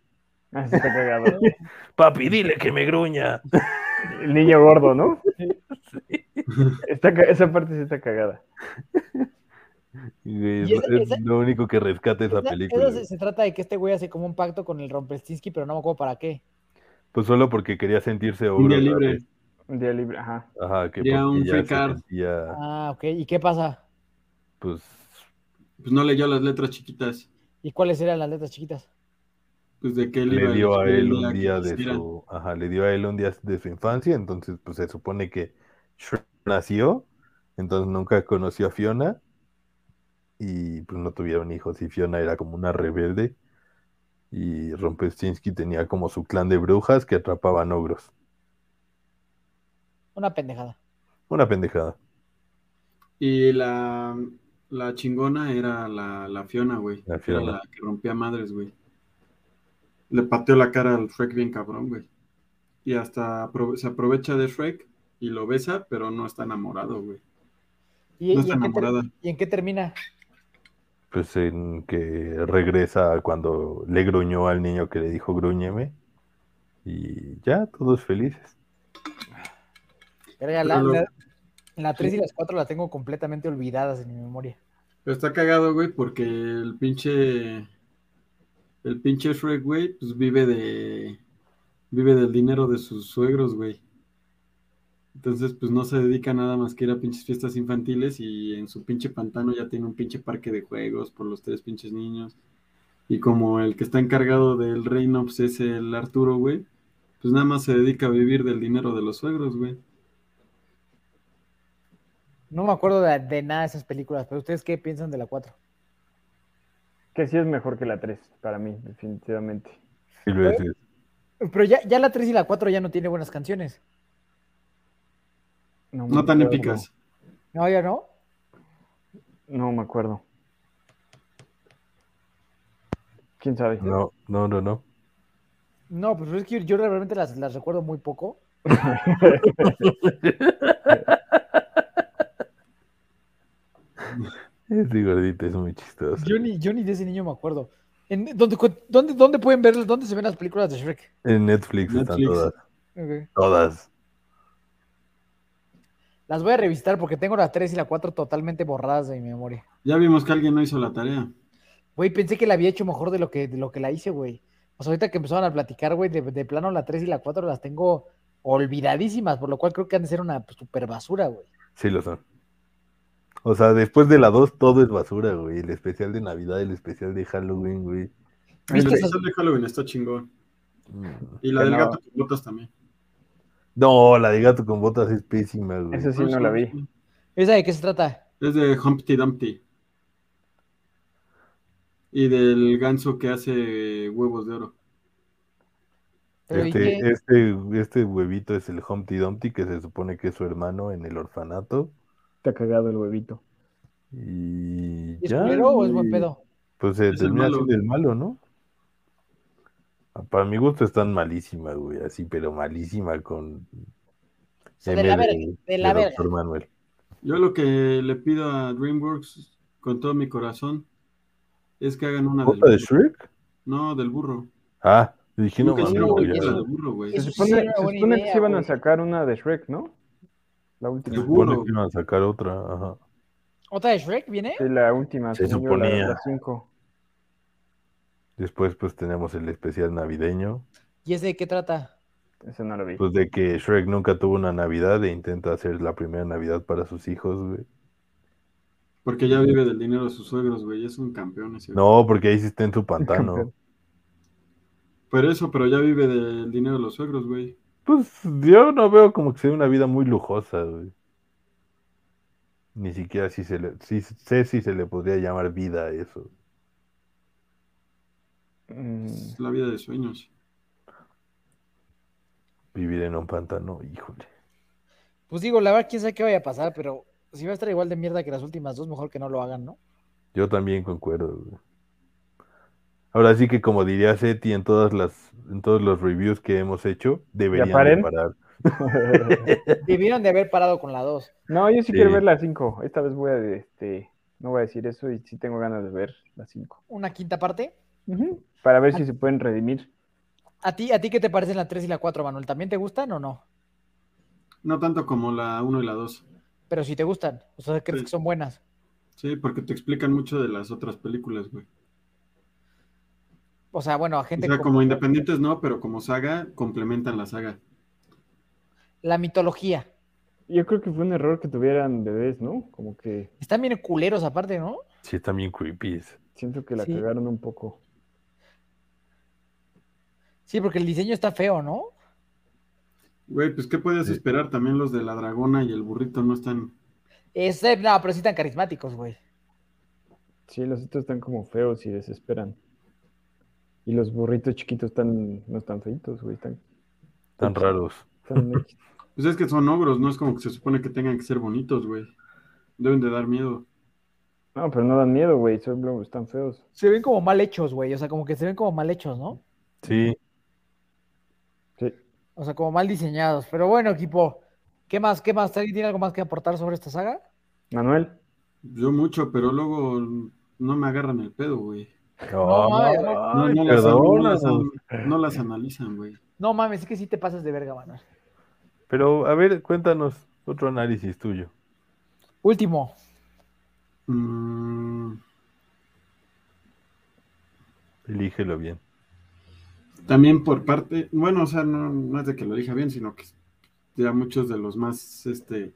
S4: Ah, sí, está cagado.
S3: ¡Papi, dile que me gruña!
S4: El niño gordo, ¿no? Está ca- esa parte sí está cagada.
S3: Y, güey,
S2: Y esa-
S3: es
S2: esa-
S3: lo único que rescata esa
S2: Esa-
S3: película.
S2: esa se,
S3: güey.
S2: se trata de que este güey hace como un pacto con el Rompelstinsky, pero no me acuerdo para qué.
S3: Pues solo porque quería sentirse
S5: Un
S3: ogro.
S5: día
S3: otra
S5: libre.
S3: vez.
S4: Un día libre, ajá.
S3: Ajá, que
S5: Ya
S3: porque
S5: un
S3: ya
S5: free
S3: se
S5: card.
S3: sentía,
S2: Ah, ok. ¿Y qué pasa?
S3: pues,
S5: Pues no leyó las letras chiquitas.
S2: ¿Y cuáles eran las letras chiquitas?
S5: Pues de que él iba
S3: le dio a
S5: elegir el
S3: él un
S5: que
S3: día de
S5: quisiera.
S3: su... Ajá, le dio a él un día de su infancia, entonces pues se supone que Shrek nació, entonces nunca conoció a Fiona y pues no tuvieron hijos y Fiona era como una rebelde y Rumpelstiltskin tenía como su clan de brujas que atrapaban ogros.
S2: Una pendejada.
S3: Una pendejada.
S5: Y la, la chingona era la, la Fiona, güey.
S3: La
S5: Era
S3: Fiona.
S5: la que rompía madres, güey. Le pateó la cara al Shrek bien cabrón, güey. Y hasta apro- se aprovecha de Shrek y lo besa, pero no está enamorado, güey.
S2: ¿Y, y
S5: No está
S2: en qué ter-
S5: enamorada.
S2: ¿Y en qué termina?
S3: Pues en que regresa cuando le gruñó al niño que le dijo gruñeme y ya todos felices.
S2: Verga, la,
S5: Pero-
S2: la- la 3 y las 4 las tengo completamente olvidadas en mi memoria.
S5: Pero está cagado, güey, porque el pinche. El pinche Shrek, güey, pues vive de. Vive del dinero de sus suegros, güey. Entonces, pues no se dedica a nada más que ir a pinches fiestas infantiles y en su pinche pantano ya tiene un pinche parque de juegos por los tres pinches niños. Y como el que está encargado del reino, pues es el Arturo, güey, pues nada más se dedica a vivir del dinero de los suegros, güey.
S2: No me acuerdo de, de nada de esas películas, pero ¿ustedes qué piensan de la 4?
S4: Que sí es mejor que la 3, para mí, definitivamente.
S3: Y lo dices,
S2: Pero ya, ya la 3 y la 4 ya no tiene buenas canciones.
S4: me
S5: No tan
S4: acuerdo.
S5: épicas.
S2: No, ya no.
S4: No me acuerdo. ¿Quién sabe?
S3: No, no, no, no.
S2: No, pues es que yo, yo realmente las, las recuerdo muy poco.
S3: Ese gordito es muy chistoso.
S2: Yo ni, yo ni de ese niño me acuerdo. En- ¿dónde, cu- dónde, dónde pueden ver, dónde se ven las películas de Shrek?
S3: En Netflix están
S5: Netflix.
S3: todas.
S2: Ok.
S3: Todas.
S2: Las voy a revisitar porque tengo la 3 y la 4 totalmente borradas de mi memoria.
S5: Ya vimos que alguien no hizo la tarea.
S2: Güey, pensé que la había hecho mejor de lo que, de lo que la hice, güey. O sea, ahorita que empezaron a platicar, güey, de, de plano la 3 y la 4 las tengo olvidadísimas, por lo cual creo que han de ser una pues, super basura, güey.
S3: Sí lo son. O sea, después de la 2 todo es basura, güey. El especial de Navidad, el especial de Halloween, güey.
S5: El
S2: ¿Viste esas-
S5: especial de Halloween está chingón.
S3: Mm.
S5: Y la del
S4: Ganaba.
S5: gato con botas también.
S3: No, la de gato con botas es pésima, güey.
S4: Esa sí no la vi.
S2: ¿Esa de qué se trata?
S5: Es de Humpty Dumpty. y del ganso que hace huevos de oro.
S3: Este, este, este huevito es el Humpty Dumpty, que se supone que es su hermano en el orfanato.
S4: Está cagado el huevito.
S3: Y
S2: ¿Es
S3: ya.
S2: culero o es buen
S3: y-
S2: pedo?
S3: Pues se
S5: Es el
S3: termina
S5: malo.
S3: siendo el malo, ¿no? Ah, Para mi gusto están malísima, güey, así, pero malísima con.
S2: sea,
S3: M
S2: de la verga, de la verga.
S3: Dr. Manuel.
S5: Yo lo que le pido a DreamWorks con todo mi corazón es que hagan una Ah, del
S3: ¿Otra de
S5: burro.
S3: Shrek?
S5: No, del burro.
S3: Ah, dije, no
S5: Nunca
S3: mames,
S5: hicieron
S2: no,
S5: una
S3: güey,
S5: película
S3: ya.
S5: del burro, güey.
S4: Se
S2: Eso sí
S4: supone,
S2: era
S4: se
S2: buena
S4: supone que
S2: idea,
S4: se iban a
S2: güey.
S4: sacar una de Shrek, ¿no? La última.
S3: Se supone
S5: burro.
S3: que iban a sacar otra, ajá.
S2: ¿Otra de Shrek viene?
S4: Sí, la última.
S3: Se
S4: según yo, la-
S3: suponía.
S4: La 5.
S3: Después, pues tenemos el especial navideño.
S2: ¿Y es de qué trata?
S4: Esa no la vi.
S3: Pues de que Shrek nunca tuvo una Navidad e intenta hacer la primera Navidad para sus hijos, güey.
S5: Porque ya vive del dinero de sus suegros, güey. Es un campeón ese. güey.
S3: No, porque ahí sí está en su
S5: (laughs)
S3: pantano.
S5: Pero eso, pero ya vive del dinero de los suegros, güey.
S3: Pues yo no veo como que sea una vida muy lujosa, güey. Ni siquiera si se le, sí sé si se le podría llamar vida a eso.
S4: Mm,
S5: Es la vida de sueños.
S3: Vivir en un pantano, híjole.
S2: Pues digo, la verdad, quién sabe qué vaya a pasar, pero si va a estar igual de mierda que las últimas dos, mejor que no lo hagan, ¿no?
S3: Yo también concuerdo, güey. Ahora sí que como diría Seti en todas las, en todos los reviews que hemos hecho, deberían de
S4: paren?
S3: parar.
S2: Debieron de haber parado con la dos.
S4: (laughs) no, yo sí,
S3: Sí.
S4: quiero ver la 5. Esta vez voy a, este, no voy a decir eso y sí tengo ganas de ver la 5.
S2: Una quinta parte.
S4: Para ver si se pueden redimir.
S2: ¿A ti, ¿A ti qué te parecen la 3 y la 4, Manuel? ¿También te gustan o no?
S5: No tanto como la 1 y la 2.
S2: Pero si te gustan, o sea, crees
S3: Pues
S5: Sí.
S2: que son buenas.
S5: Sí, porque te explican mucho de las otras películas, güey.
S2: O sea, bueno, a
S5: O
S2: gente
S5: sea, como, independientes no, pero como saga, complementan la saga.
S2: La mitología.
S4: Yo creo que fue un error que tuvieran bebés, ¿no? Como que
S2: Están bien culeros aparte, ¿no?
S3: Sí, están bien creepies.
S4: siento que la
S2: Sí.
S4: cagaron un poco.
S2: Sí, porque el diseño está feo, ¿no?
S5: Güey, pues ¿qué puedes
S3: Sí.
S5: esperar? También los de la dragona y el burrito no están...
S2: Es, eh, no, pero sí tan carismáticos, güey.
S4: Sí, los otros están como feos y desesperan. Y los burritos chiquitos están, no están feitos, güey. Están,
S3: Tan raros.
S4: están X.
S5: Pues es que son ogros, no es como que se supone que tengan que ser bonitos, güey. Deben de dar miedo.
S4: No, pero no dan miedo, güey. Solo están feos.
S2: Se ven como mal hechos, güey. O sea, como que se ven como mal hechos, ¿no?
S3: Sí.
S4: Sí.
S2: O sea, como mal diseñados. Pero bueno, equipo, ¿qué más? ¿Qué más? ¿Alguien tiene algo más que aportar sobre esta saga?
S4: Manuel,
S5: Yo mucho, pero luego no me agarran el pedo, güey.
S2: No,
S3: Ay,
S2: ay,
S5: No, no las, no
S3: perdona,
S5: las- no las analizan, güey.
S2: No mames, es que sí te pasas de verga, Manuel.
S3: Pero a ver, cuéntanos otro análisis tuyo.
S2: Último.
S5: Mm,
S3: Elígelo bien.
S5: también por parte, bueno, o sea, no, no es de que lo elija bien, sino que ya muchos de los más, este,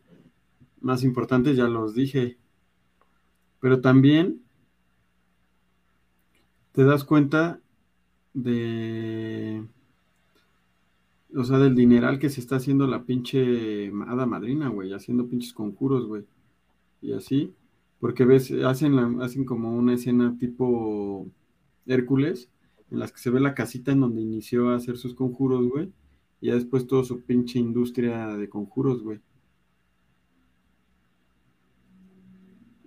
S5: más importantes ya los dije. Pero también te das cuenta de, o sea, del dineral que se está haciendo la pinche hada madrina, güey, haciendo pinches conjuros, güey. Y así, porque ves, hacen, la- hacen como una escena tipo Hércules, en las que se ve la casita en donde inició a hacer sus conjuros, güey. Y ya después toda su pinche industria de conjuros, güey.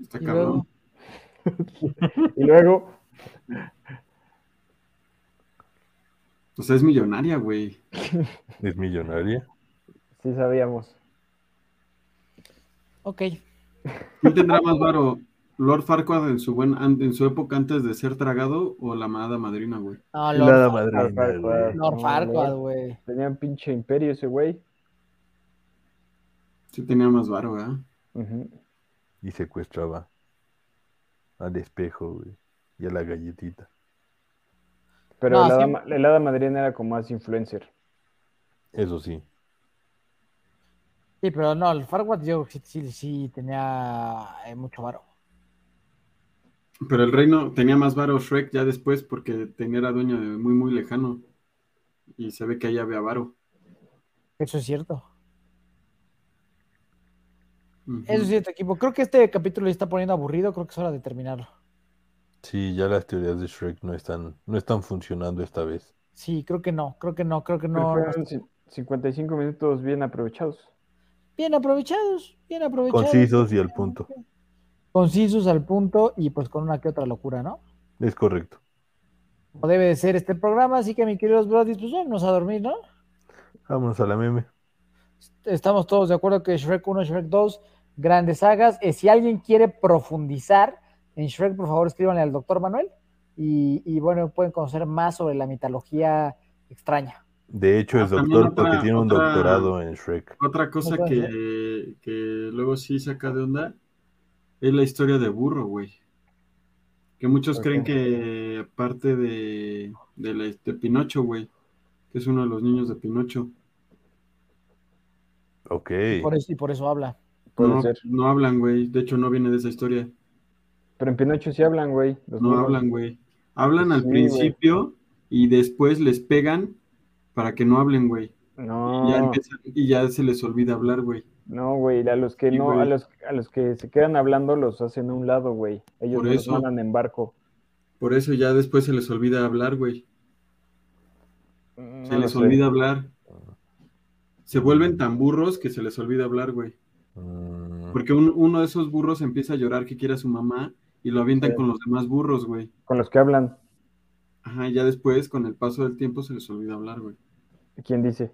S5: Está
S2: Y
S5: cabrón.
S2: luego-
S4: y luego,
S5: O sea, es millonaria, güey.
S3: Es millonaria.
S4: sí sabíamos.
S2: Ok.
S5: ¿Quién tendrá más varo? ¿Lord Farquaad en su, buen, an- en su época antes de ser tragado o la amada madrina, güey?
S2: No,
S3: Nada
S2: Lord, Far-
S3: madrina,
S4: Farquaad.
S3: güey.
S2: Lord Farquaad, güey.
S4: Tenía un pinche imperio ese güey.
S5: Sí tenía más varo, ¿verdad?
S4: Ujú.
S3: Y secuestraba al espejo, güey, Y a la galletita.
S4: Pero
S2: No,
S4: el, hada,
S2: siempre-
S4: ma- el hada madrina era como más influencer.
S3: Eso sí.
S2: Sí, pero no, el Farquaad yo sí, sí, sí tenía eh, mucho varo.
S5: Pero el reino tenía más varo Shrek ya después porque tenía era dueño de muy, muy lejano. Y se ve que ahí había varo.
S2: Eso es cierto.
S5: Ujú.
S2: Mm. Eso es cierto, equipo. Creo que este capítulo ya está poniendo aburrido. Creo que es hora de terminarlo.
S3: Sí, ya las teorías de Shrek no están, no están funcionando esta vez.
S2: Sí, creo que no, creo que no, creo que
S4: Pero
S2: no.
S4: fueron cin- 55 minutos bien aprovechados.
S2: Bien aprovechados, bien
S5: Pues
S2: aprovechados.
S3: Concisos y al punto.
S2: Concisos al punto y pues con una que otra locura, ¿no?
S3: Es correcto.
S2: Como debe de ser este programa, así que mis queridos brothers, pues vámonos a dormir, ¿no?
S3: Vámonos a la meme.
S2: estamos todos de acuerdo que Shrek 1, Shrek 2, grandes sagas. Eh, si alguien quiere profundizar en Shrek, por favor escríbanle al doctor Manuel. Y, y, bueno, pueden conocer más sobre la mitología extraña.
S3: De hecho, es
S5: Ah, también
S3: doctor porque
S5: otra-
S3: tiene un
S5: otra-
S3: doctorado en Shrek.
S5: Otra cosa
S2: Otra,
S5: que, que luego sí saca de onda es la historia de burro, güey. Que muchos
S4: Ok.
S5: creen que aparte de, de, la- de Pinocho, güey, que es uno de los niños de Pinocho,
S3: Ok.
S2: Por eso, y por eso habla.
S4: Puede
S5: no,
S4: ser.
S5: no hablan, güey. De hecho, no viene de esa historia.
S4: Pero en Pinocho sí hablan, güey. los
S5: No
S4: niños.
S5: hablan, güey. Hablan al
S4: Pues Sí, güey.
S5: principio y después les pegan para que no hablen, güey.
S4: No.
S5: Y ya empiezan- y ya se les olvida hablar, güey.
S4: No, güey, a los que
S5: Sí,
S4: no,
S5: güey.
S4: a los, a los que se quedan hablando los hacen a un lado, güey. Ellos
S5: Por
S4: no los
S5: eso.
S4: mandan en barco.
S5: Por eso ya después se les olvida hablar, güey.
S4: Mm,
S5: Se
S4: no lo
S5: les
S4: sé.
S5: olvida hablar. Se vuelven tan burros que se les olvida hablar, güey.
S3: Mm,
S5: Porque un- uno de esos burros empieza a llorar que quiere a su mamá y lo avientan
S4: Sí.
S5: con los demás burros, güey.
S4: Con los que hablan,
S5: Ajá, y ya después, con el paso del tiempo, se les olvida hablar, güey.
S4: ¿quién dice?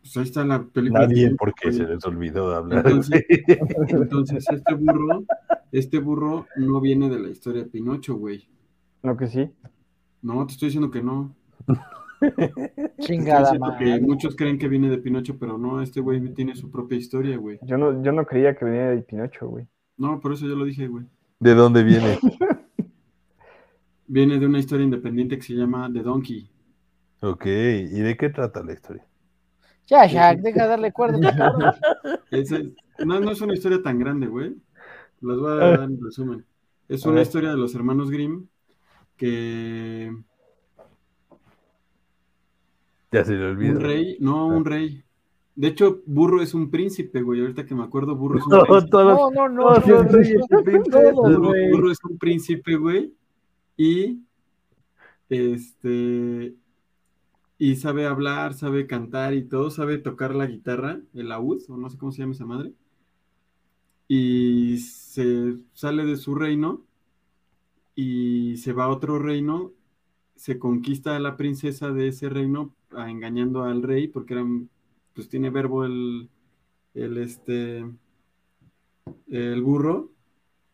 S5: Pues ahí está la película.
S3: Nadie
S5: de-
S3: porque se les olvidó de
S4: (laughs)
S3: hablar.
S5: Entonces, entonces este burro, este burro no viene de la historia de Pinocho, güey.
S4: No que sí.
S5: No, te estoy diciendo que no. Te estoy
S2: Chingada
S5: diciendo que
S2: madre.
S5: muchos creen que viene de Pinocho, pero no, este güey tiene su propia historia, güey.
S4: Yo no, yo no creía que venía de Pinocho, güey.
S5: No, por eso yo lo dije, güey.
S3: ¿De dónde viene?
S5: Viene de una historia independiente que se llama The Donkey.
S3: Ok. ¿Y de qué trata la historia?
S2: Ya, Shaq, deja de darle cuerda.
S3: (laughs)
S2: cabrón.
S5: Esa es- no, no es una historia tan grande, güey. Las voy a dar en resumen. Es
S4: A
S5: una
S4: ver.
S5: historia de los hermanos Grimm que
S3: Ya se le olvidó.
S5: un rey, no,
S4: Ah.
S5: un rey. De hecho, Burro es un príncipe, güey. Ahorita que me acuerdo, Burro
S3: (laughs)
S4: (laughs)
S5: es un
S3: No,
S5: príncipe.
S3: todos-
S2: No, no, no.
S3: todos
S2: no,
S3: los reyes
S2: no.
S3: y princesas,
S2: Todos,
S5: Burro,
S3: güey.
S5: Burro es un príncipe, güey. Y este y sabe hablar, sabe cantar y todo, sabe tocar la guitarra, el laúd, o no sé cómo se llama esa madre. Y se sale de su reino y se va a otro reino, se conquista a la princesa de ese reino a- engañando al rey porque eran pues tiene verbo el el este el burro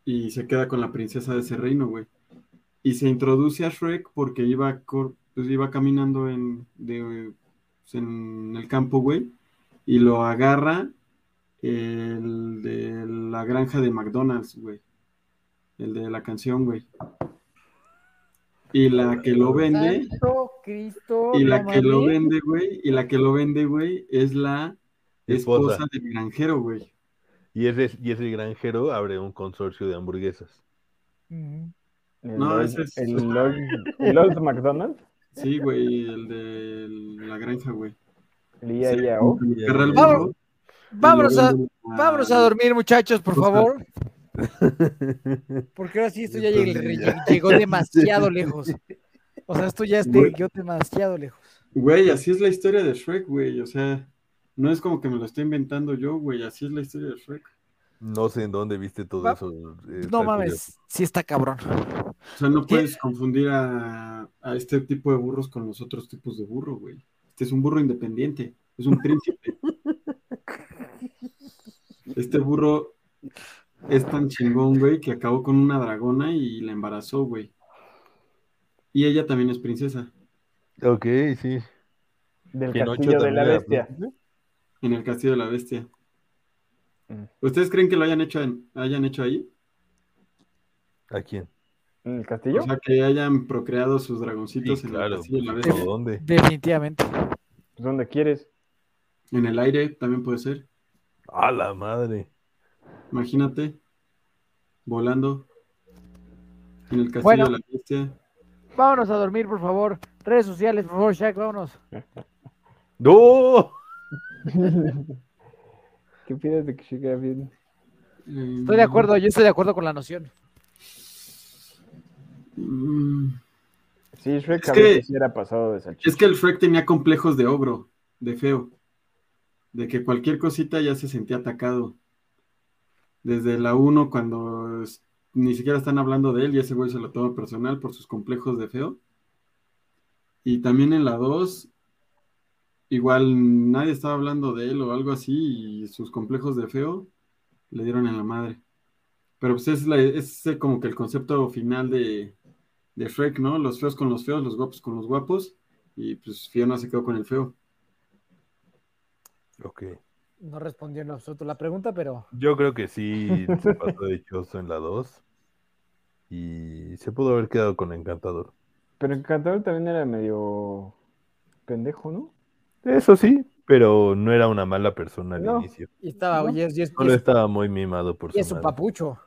S5: y se queda con la princesa de ese reino, güey. Y se introduce a Shrek porque iba, cor- pues, iba caminando en, de- pues, en el campo, güey, y lo agarra el de la granja de McDonald's, güey. El de la canción, güey. Y la que lo vende,
S2: Santo Cristo.
S5: y la
S2: no
S5: que lo
S2: mames.
S5: vende, güey, y la que lo vende, güey, es la
S3: Esposa.
S5: esposa del granjero, güey.
S3: Y ese, y ese granjero abre un consorcio de hamburguesas.
S2: Ujú.
S4: El
S5: No,
S4: Old-
S5: ese es-
S4: el, old, el Old McDonald's,
S5: Sí, güey, el de la granja, güey.
S4: el IAIAO.
S5: Agarra el
S2: Vámonos.
S5: burro y
S2: Vámonos
S5: lo
S2: a,
S5: vende
S2: vámonos a dormir, muchachos, por
S5: Justo.
S2: favor.
S5: (laughs)
S2: Porque ahora sí, esto ya llegó, llegó
S5: (laughs)
S2: demasiado lejos. O sea, esto ya este,
S5: Güey.
S2: llegó demasiado lejos.
S5: Güey, así es la historia de Shrek, güey. O sea, no es como que me lo estoy inventando yo, güey. Así es la historia de Shrek.
S3: No sé en dónde viste todo
S2: Va-
S3: eso. eh, está
S2: No mames, sí está cabrón.
S5: O sea, no puedes confundir a, a este tipo de burros con los otros tipos de burro, güey. Este es un burro independiente, es un príncipe. Este burro es tan chingón, güey, que acabó con una dragona y la embarazó, güey. Y ella también es princesa.
S3: curioso. Ok, sí.
S4: Del
S3: Pinocho
S4: castillo de
S3: también
S4: la
S3: era
S4: bestia.
S3: príncipe.
S5: En el Castillo de la Bestia.
S4: Mm.
S5: ¿Ustedes creen que lo hayan hecho, en- hayan hecho ahí?
S3: ¿A quién?
S4: ¿En ¿El castillo?
S5: O sea, que hayan procreado sus dragoncitos
S3: Sí,
S5: en
S3: claro.
S5: el Castillo de la
S3: pues,
S5: Bestia.
S3: ¿o ¿Dónde?
S2: Definitivamente.
S4: Pues, ¿Dónde quieres?
S5: En el aire también puede ser.
S3: A la madre.
S5: Imagínate. Volando. En el Castillo
S2: Bueno.
S5: de la Bestia.
S2: Vámonos a dormir, por favor. Redes sociales, por favor, Shaq, vámonos.
S3: ¡No!
S4: ¿Qué opinas de que siga bien?
S5: eh,
S2: Estoy de acuerdo, yo estoy de acuerdo con la noción.
S5: Mm,
S4: Sí, Shrek
S5: Es
S4: a veces
S5: que-
S4: sí era pasado de salchicha.
S5: es que el Shrek tenía complejos de ogro, de feo. De que cualquier cosita ya se sentía atacado. Desde la 1, cuando es- ni siquiera están hablando de él, y ese güey se lo toma personal por sus complejos de feo. Y también en la 2, igual nadie estaba hablando de él o algo así, y sus complejos de feo le dieron en la madre. Pero pues es, la- es eh, como que el concepto final de, de Shrek, ¿no? Los feos con los feos, los guapos con los guapos, y pues Fiona se quedó con el feo.
S3: Ok.
S2: No respondió en absoluto la pregunta, pero
S3: Yo creo que sí
S2: (laughs)
S3: se pasó de choso en la 2. Y se pudo haber quedado con Encantador.
S4: Pero Encantador también era medio pendejo, ¿no?
S3: Eso sí, pero no era una mala persona al
S4: No.
S3: inicio.
S2: y estaba,
S4: No.
S2: y es, y es- y
S3: Solo
S2: es-
S3: estaba muy mimado por
S2: y
S3: su,
S2: es un
S3: madre.
S2: papucho.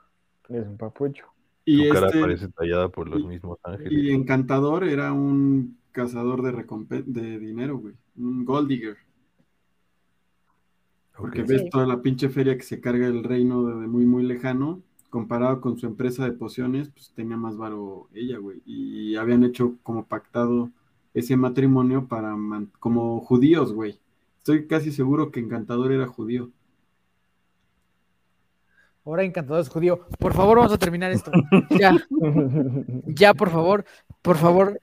S4: Es un papucho.
S5: Y,
S3: Su cara
S5: este-
S3: parece tallada por los
S5: y-
S3: mismos
S5: y
S3: ángeles.
S5: Encantador era un cazador de recompen- de dinero, güey. Un gold digger. Porque
S3: Ok.
S5: ves
S2: Sí.
S5: toda la pinche feria que se carga el reino desde muy, muy lejano. Comparado con su empresa de pociones, pues tenía más varo ella, güey. Y habían hecho como pactado ese matrimonio para man- como judíos, güey. Estoy casi seguro que Encantador era judío.
S2: Ahora encantador es judío. Por favor, vamos a terminar esto. Ya, ya, por favor, por favor.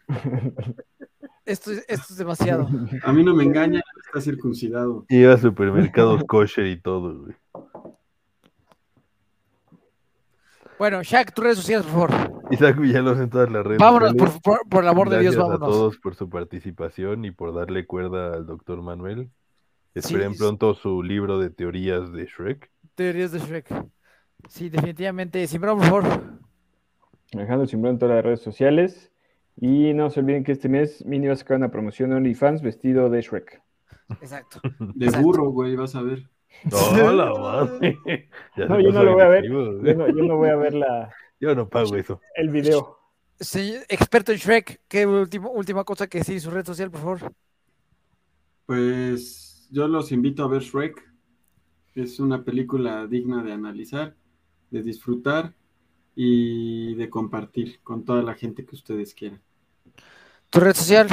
S2: Esto, es- esto es demasiado.
S5: A mí no me engaña, está circuncidado.
S3: Y iba a supermercados
S4: (laughs)
S3: kosher y todo, güey.
S2: Bueno, Shaq, tus redes sociales, por favor.
S3: Isaac Villalobos en todas las redes.
S2: Vámonos,
S3: sociales.
S2: por, por- por el amor de
S3: Eh, Gracias
S2: Dios,
S3: a
S2: vámonos.
S3: todos por su participación y por darle cuerda al doctor Manuel.
S2: Sí,
S3: Esperen
S2: sí.
S3: pronto su libro de teorías de
S4: (laughs)
S3: Shrek.
S2: Teorías de Shrek. Sí, definitivamente. Simbrón, por favor.
S4: (laughs) Alejandro Simbrón en todas las redes sociales. Y no se olviden que este mes Mini va a sacar una promoción en OnlyFans vestido de Shrek. (laughs)
S2: Exacto.
S5: De
S2: Exacto.
S5: burro, güey, vas a ver.
S3: No, la madre. Ya
S4: No,
S3: se
S4: yo
S3: puso
S4: no lo voy a ver.
S3: agresivo, güey.
S4: Yo no, yo no voy a ver la,
S3: Yo no pago eso.
S4: el video.
S2: Señor- experto en Shrek, ¿qué última, última cosa que sí, su red social, por favor?
S5: Pues yo los invito a ver Shrek. Es una película digna de analizar, de disfrutar y de compartir con toda la gente que ustedes quieran.
S2: Tu red social,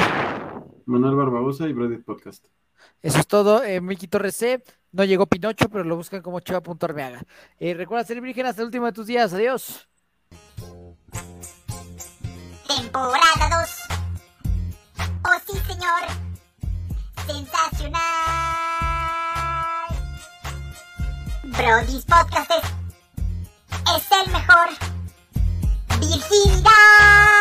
S5: Manuel Barbagosa y Brody Podcast.
S2: eso es todo. Eh, Miki Torres C, no llegó Pinocho, pero lo buscan como chava.armeaga. Eh, recuerda ser virgen hasta el último de tus días. Adiós.
S1: Temporada 2. Oh sí, señor. Sensacional. Brody's Podcast es, es el mejor. Virginidad.